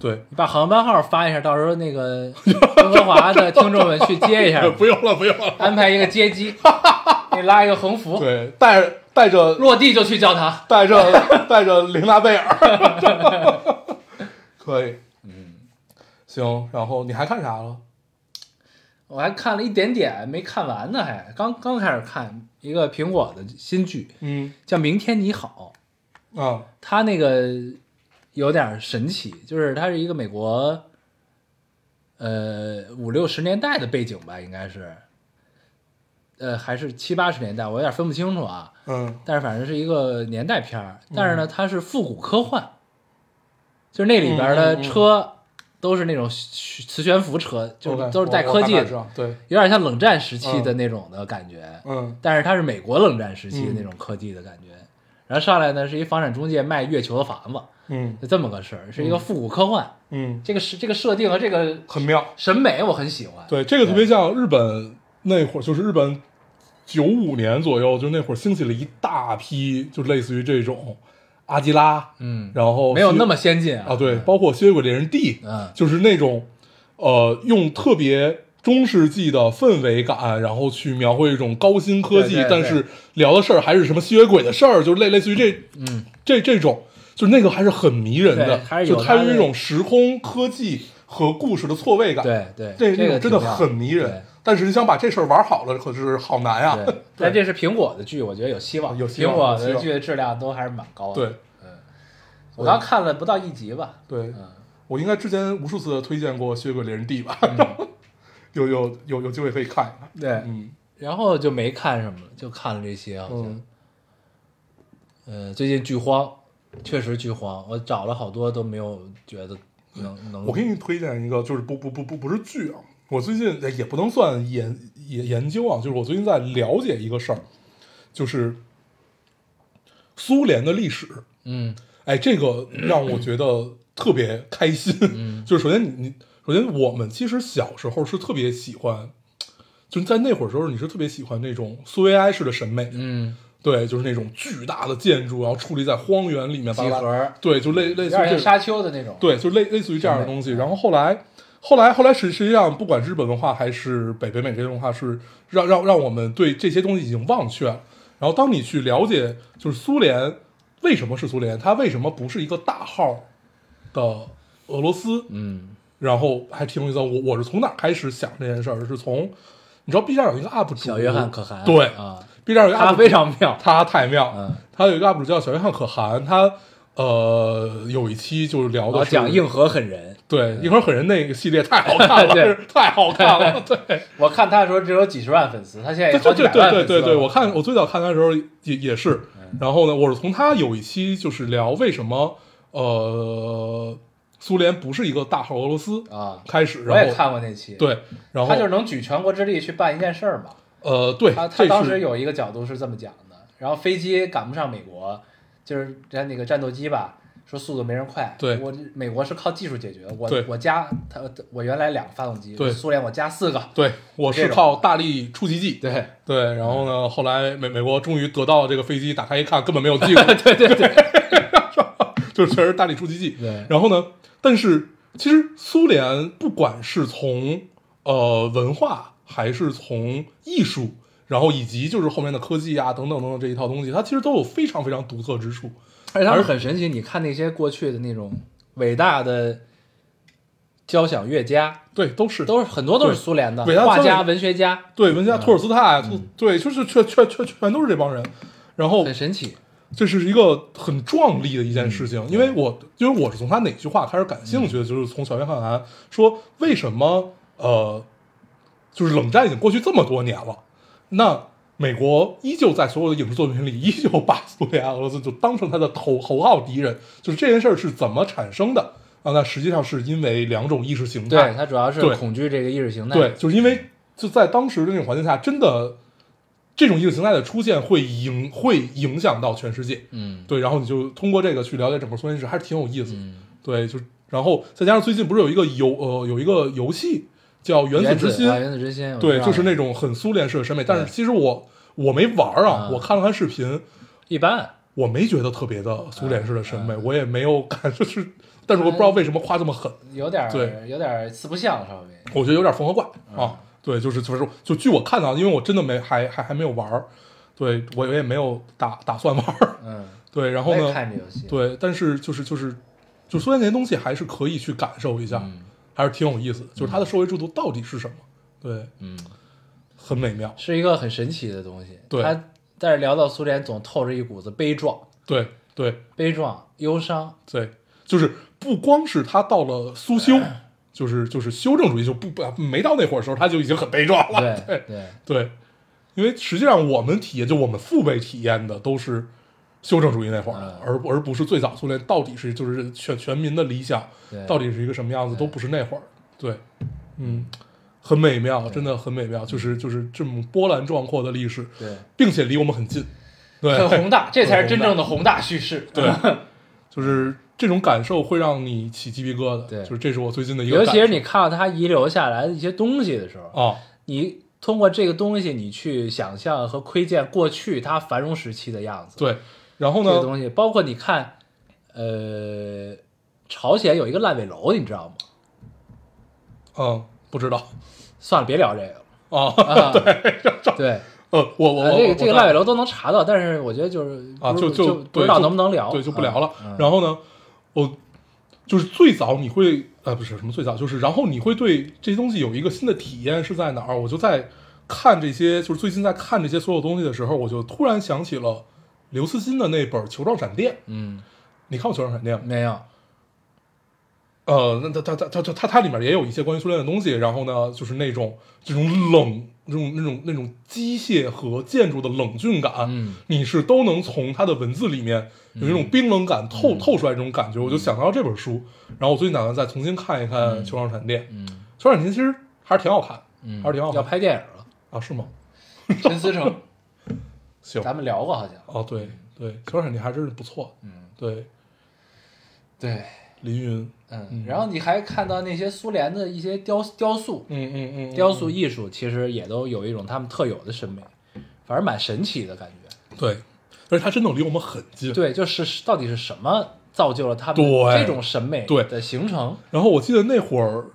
对，
你把航班号发一下，到时候那 个温哥华的听众们去接一下，
不用了，不用了。
安排一个接 机，给你拉一个横幅，
对，带着带着
落地就去教堂。
带着 带着琳达贝尔， 可以，嗯，行。然后你还看啥了？
我还看了一点点，没看完呢，还刚刚开始看一个苹果的新剧，
嗯
叫《明天你好》。
啊，
它那个有点神奇，就是它是一个美国，呃，五六十年代的背景吧，应该是，呃，还是七八十年代，我有点分不清楚啊。
嗯
但是反正是一个年代片儿，但是呢，它是复古科幻，就是那里边
嗯
的车都是那种旋磁悬浮车，就是
，OK，
都是带
我
科技
我大
的
概知，道 对，
有点像冷战时期的那种的感觉。
嗯
但是它是美国冷战时期的那种科技的感觉。然后上来呢是一房产中介卖月球的房子，
嗯
就这么个事儿，是一个复古科幻。
嗯，
这个是这个设定和这个
很妙。
审美我很喜欢。
对，这个特别像日本那会儿，就是日本九五年左右，就那会儿兴起了一大批，就类似于这种阿基拉，
嗯，
然后
没有那
么
么先进
啊，对，包括吸血鬼猎人 D，
嗯
就是那种呃，用特别中世纪的氛围感，然后去描绘一种高新科技，
对对
但
对
是聊的事儿还是什么吸血鬼的事儿，就类类似于这
嗯，
这这种，就是那个还是很迷人的
对，还是有
就它
它的
有一种时空科技和故事的错位感，
对对，
这
这
那
个
种真的
挺妙
很迷人。但是你想把这事儿玩好了，可是好难啊呀、
对，对 但这是苹果的剧，我觉得有希望。
有希望
苹果
有希
的
望
剧的质量都还是蛮高的。
对，
我刚看了不到一集吧。
对，我应该之前无数次地推荐过《吸血鬼猎人 D》吧， 有有有有机会可以看一看。
对，
嗯
然后就没看什么了，就看了这些好像。
嗯
呃，最近剧荒，确实剧荒，我找了好多都没有觉得能能。
我给你推荐一个，就是不不不不不是剧啊，我最近哎也不能算研研研究啊，就是我最近在了解一个事儿，就是苏联的历史。
嗯
哎，这个让我觉得特别开心。
嗯
就是首先你你首先我们其实小时候是特别喜欢，就是在那会儿时候你是特别喜欢那种苏维埃式的审美的，
嗯，
对，就是那种巨大的建筑，然后矗立在荒原里面，巴
集
拉巴拉
合，
对，就类类
有
似于
点
这
像
种
沙丘的那种。
对，就类类似于这样的东西。然后后来，后来，后来实实际上，不管是日本文化还是北北美这些文化，是让让让我们对这些东西已经忘却了。然后当你去了解，就是苏联为什么是苏联，它为什么不是一个大号的俄罗斯，
嗯，
然后还挺有意思的。我我是从哪儿开始想这件事儿？是从你知道 B 站有一个 UP 主
小约翰可汗。
对
啊，
B 站有一个 UP
他
主
非常妙。
他太妙，
嗯
他有一个 UP 主叫小约翰可汗，他呃有一期就是聊的
我
是
哦讲硬核狠人，
对，硬核狠人那个系列太 好看
嗯对
了，太好 看了。对，
我看他的时候只有几十万粉丝，他现在也
对
哎好
对
几
对
百万
对
粉丝
对
了嗯
对，我看我最早看他的时候也也是，然后呢，我是从他有一期就是聊为什么呃苏联不是一个大号俄罗斯
啊，
开始，
我也
然后
看过那期。，
对，然后
他就是能举全国之力去办一件事儿嘛。
呃对，
他他当
这
时
是
有一个角度是这么讲的，然后飞机赶不上美国，就是在那个战斗机吧，说速度没人快。
对
我美国是靠技术解决，我
对
我加他我原来两个发动机，
对
苏联我加四个，
对，我
这
是
种
靠大力出奇迹，对
对嗯
对，然后呢，后来美美国终于得到了这个飞机，打开一看根本没有 记录，
对对对，
就是全是大力出奇迹。
对
然后呢，但是其实苏联不管是从呃文化还是从艺术，然后以及就是后面的科技啊等等等等这一套东西，它其实都有非常非常独特之处。
而且他们很神奇，你看那些过去的那种伟大的交响乐家，
对，都是
都是很多都是苏联的
对伟大
画
交
家、
响
文学家，
对文家托尔斯泰，对，就是全全全全都是这帮人。然后
很神奇。
这是一个很壮丽的一件事情，因为我因为我是从他哪句话开始感兴趣的，就是从小渊汉寒说为什么呃，就是冷战已经过去这么多年了，那美国依旧在所有的影视作品里依旧把苏联、俄罗斯就当成他的头头号敌人，就是这件事儿是怎么产生的啊？那实际上是因为两种意识形态
对，他主要是
对
恐惧这个意识形态。
对，就是因为就在当时的那种环境下，真的这种意识形态的出现会影会影响到全世界。
嗯，
对，然后你就通过这个去了解整个苏联史，还是挺有意思的。对，就是然后再加上最近不是有一个游呃有一个游戏叫《原
原
之心》
啊原子之心，我知
对，
道
就是
了
那种很苏联式的审美，但
对
是其实我我没玩儿啊，
嗯
我看了看视频，
一般，
我没觉得特别的苏联式的审美，
啊
我也没有 感觉是，但是我不知道为什么夸这么狠。
有点儿
对
有点儿四不像稍微。
我觉得有点缝合怪
嗯
啊。对，就是就是就据我看到的，因为我真的没还还还没有玩儿，对我也没有打打算玩儿。
嗯，
对，然后
我
呢
也，看这游戏。
对，但是就是就是就苏联那些东西还是可以去感受一下，
嗯
还是挺有意思的。就是它的社会制度到底是什么？对，
嗯，
很美妙。
是一个很神奇的东西。
对
他但是聊到苏联，总透着一股子悲壮、
对对
悲壮、忧伤。
对，就是不光是他到了 苏修，就是就是修正主义就不不没到那会儿的时候他就已经很悲壮了。
对
对
对，
对，因为实际上我们体验，就我们父辈体验的都是修正主义那会儿
嗯
的，而而不是最早苏联到底是就是全全民的理想
对
到底是一个什么样子，都不是那会儿。对，嗯，很美妙，真的很美妙，就是就是这么波澜壮阔的历史，
对，
并且离我们很近。
很
对
宏大，这才是真正的宏大叙事。啊
对，就是这种感受会让你起鸡皮疙瘩。
对
就是这是我最近的一个
尤
感受，
其是你看到他遗留下来的一些东西的时候，
啊，
你通过这个东西，你去想象和窥见过去他繁荣时期的样子。，
对，然后
这个
呢，
东西，包括你看，呃，朝鲜有一个烂尾楼，你知道吗？
嗯，不知道
算了，别聊这个了。
啊，
啊， 对对，
呃，我我
呃，
我
这个
我
这个
我
烂尾楼都能查到，但是我觉得就是
啊，
不
就是
就不
对，
知道
就
能不能聊，
对，就不聊了。
嗯
然后呢，我就是最早你会呃不是什么最早，就是然后你会对这些东西有一个新的体验是在哪儿？我就在看这些，就是最近在看这些所有东西的时候，我就突然想起了刘慈欣的那本《球状闪电》。
嗯，
你看过《球状闪电》吗？
没有，
呃，那它它它它它它里面也有一些关于苏联的东西，然后呢，就是那种这种冷、这种那种那种机械和建筑的冷峻感，
嗯，
你是都能从它的文字里面有一种冰冷感透、
嗯
透出来这种感觉，我就想到这本书，然后我最近打算再重新看一看《球状闪电》，
嗯
球状闪电》其实还是挺好看，
嗯，
还是挺好看
要拍电影 了，
啊，是吗？
陈思 诚，
行，
咱们聊过好像，
哦，对对，《球状闪电》还真是不错，
嗯，
对，
对，
林云，
嗯，
嗯
然后你还看到那些苏联的一些雕雕塑，
嗯嗯嗯，
雕塑艺术其实也都有一种他们特有的审美，反正蛮神奇的感觉。
对，而且它真的离我们很近，
对，就是到底是什么造就了他们这
对
种审美
对
的形成？
然后我记得那会儿，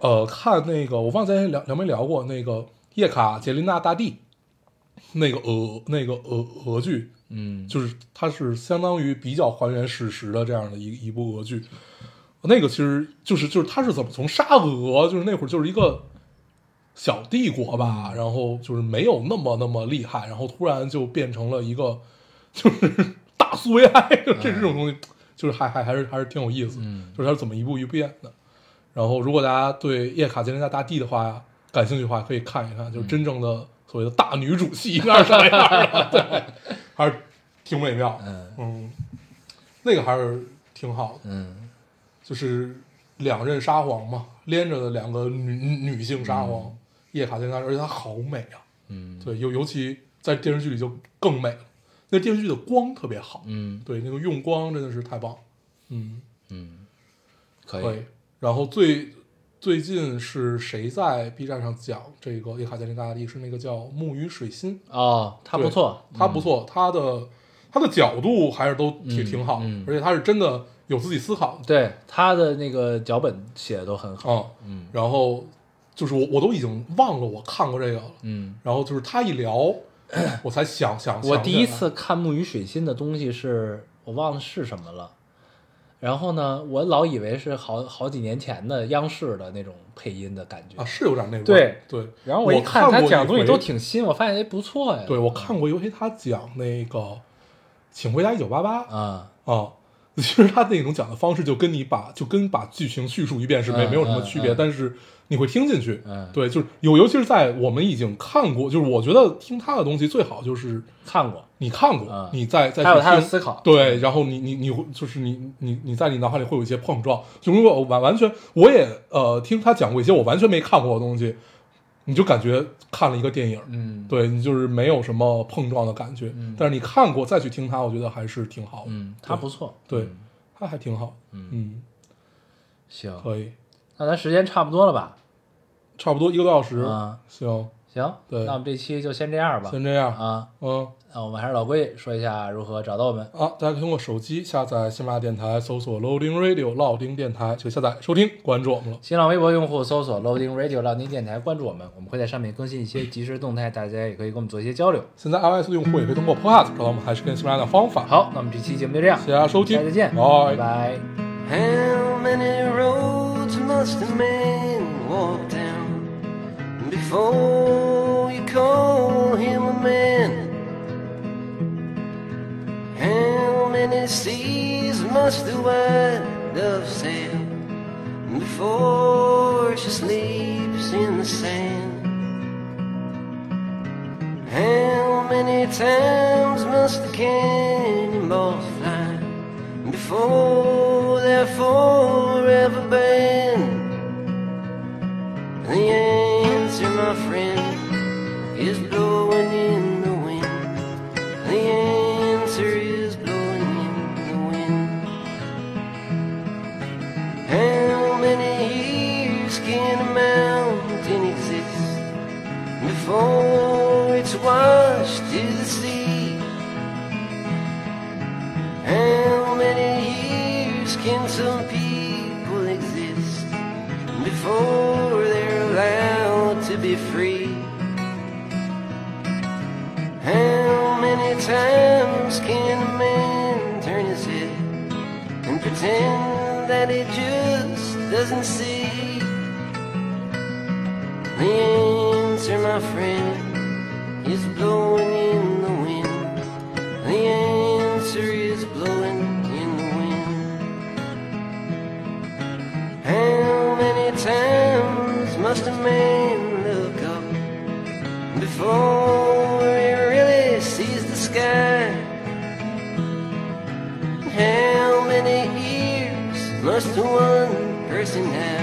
呃，看那个我忘了咱聊聊没聊过那个叶卡捷琳娜大帝，那个俄那个俄俄剧，
嗯，
就是它是相当于比较还原史实的这样的一一部俄剧。那个其实就是就是它是怎么从沙俄，就是那会儿就是一个小帝国吧，然后就是没有那么那么厉害，然后突然就变成了一个就是大苏维埃，就这这种东西，就是还还还是还是挺有意思，
嗯
就是它是怎么一步一步演的。然后如果大家对叶卡捷琳娜大帝的话感兴趣的话，可以看一看，
嗯
就是真正的所谓的大女主戏应该是什么样的， 对，还是挺美妙，
嗯
嗯，那个还是挺好的。
嗯，
就是两任沙皇嘛，连着的两个女女女性沙皇，叶卡捷琳娜，而且她好美啊，
嗯，
对，尤尤其在电视剧里就更美了，那电视剧的光特别好，
嗯
对，那个用光真的是太棒了，嗯，
嗯，可以，
对，然后最最近是谁在 B 站上讲这个叶卡捷琳娜大帝是那个叫木鱼水心，
哦，他不
对
错，
他不错，他的他的角度还是都挺、
嗯
挺好的，
嗯
而且他是真的有自己思考的，
对他的那个脚本写的都很好。
啊，
嗯
然后就是我我都已经忘了我看过这个了。
嗯，
然后就是他一聊， 我才想想。
我
想
第
起
一
来
次看木鱼水心的东西是我忘了是什么了，然后呢，我老以为是好好几年前的央视的那种配音的感觉，
啊，是有点那味儿。
对
对，
然后
我
一看他
过
讲的
一
东西都
回
挺新，我发现哎不错呀，
对，我看过一回他讲那个《请回答一九八八》
啊，
啊，其实他那种讲的方式就跟你把就跟把剧情叙述一遍是没
嗯
没有什么区别，
嗯嗯
但是你会听进去。
嗯
对，就是有，尤其是在我们已经看过，就是我觉得听他的东西最好就是
看过，
你看过，
嗯
你再再
还有
去
他的
听
思考
对，然后你你你会就是你你你在你脑海里会有一些碰撞，就如果我完完全我也呃听他讲过一些我完全没看过的东西，你就感觉看了一个电影，
嗯，
对你就是没有什么碰撞的感觉，
嗯
但是你看过再去听它，我觉得还是挺好的，
嗯，他不错，
对
嗯，
它还挺好，
嗯
嗯，
行，
可以，
那咱时间差不多了吧？
差不多一个多小时，
啊，
行，
行，
对
那我们这期就先这样吧，
先这样，
啊，
嗯
那我们还是老规矩，说一下如何找到我们。
啊，大家可以通过手机下载喜马拉雅电台，搜索 Loading Radio 老丁电台就下载收听，关注我们了，
新浪微博用户搜索 Loading Radio 浪丁电台，关注我们，我们会在上面更新一些即时动态，大家也可以跟我们做一些交流。
现在 iOS 用户也可以通过 Podcast 找到我们还是跟喜马拉雅的方法，
好，那我们这期节目就这样，
谢谢大家收听，哎
大家再见，拜。
拜
拜。
How many roads must a man walk down before you call him a man? How many seas must the white dove sail before she sleeps in the sand? How many times must the cannonballs fly before they're forever banned? The answer, my friend, is blowing in the wind. The answer is blowing in the wind. How many years can a mountain exist? before it's washed to the sea. How many years can some people exist before they're allowed to be free? How many times can a man turn his head and pretend that he just doesn't see? The answer, my friend, is blowing in the wind. The answer is blowing in the wind. How many times must a man look up before he really sees the sky? How many ears must one person have?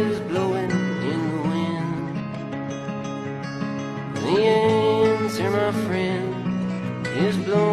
is blowing in the wind. The answer, my friend, is blowing.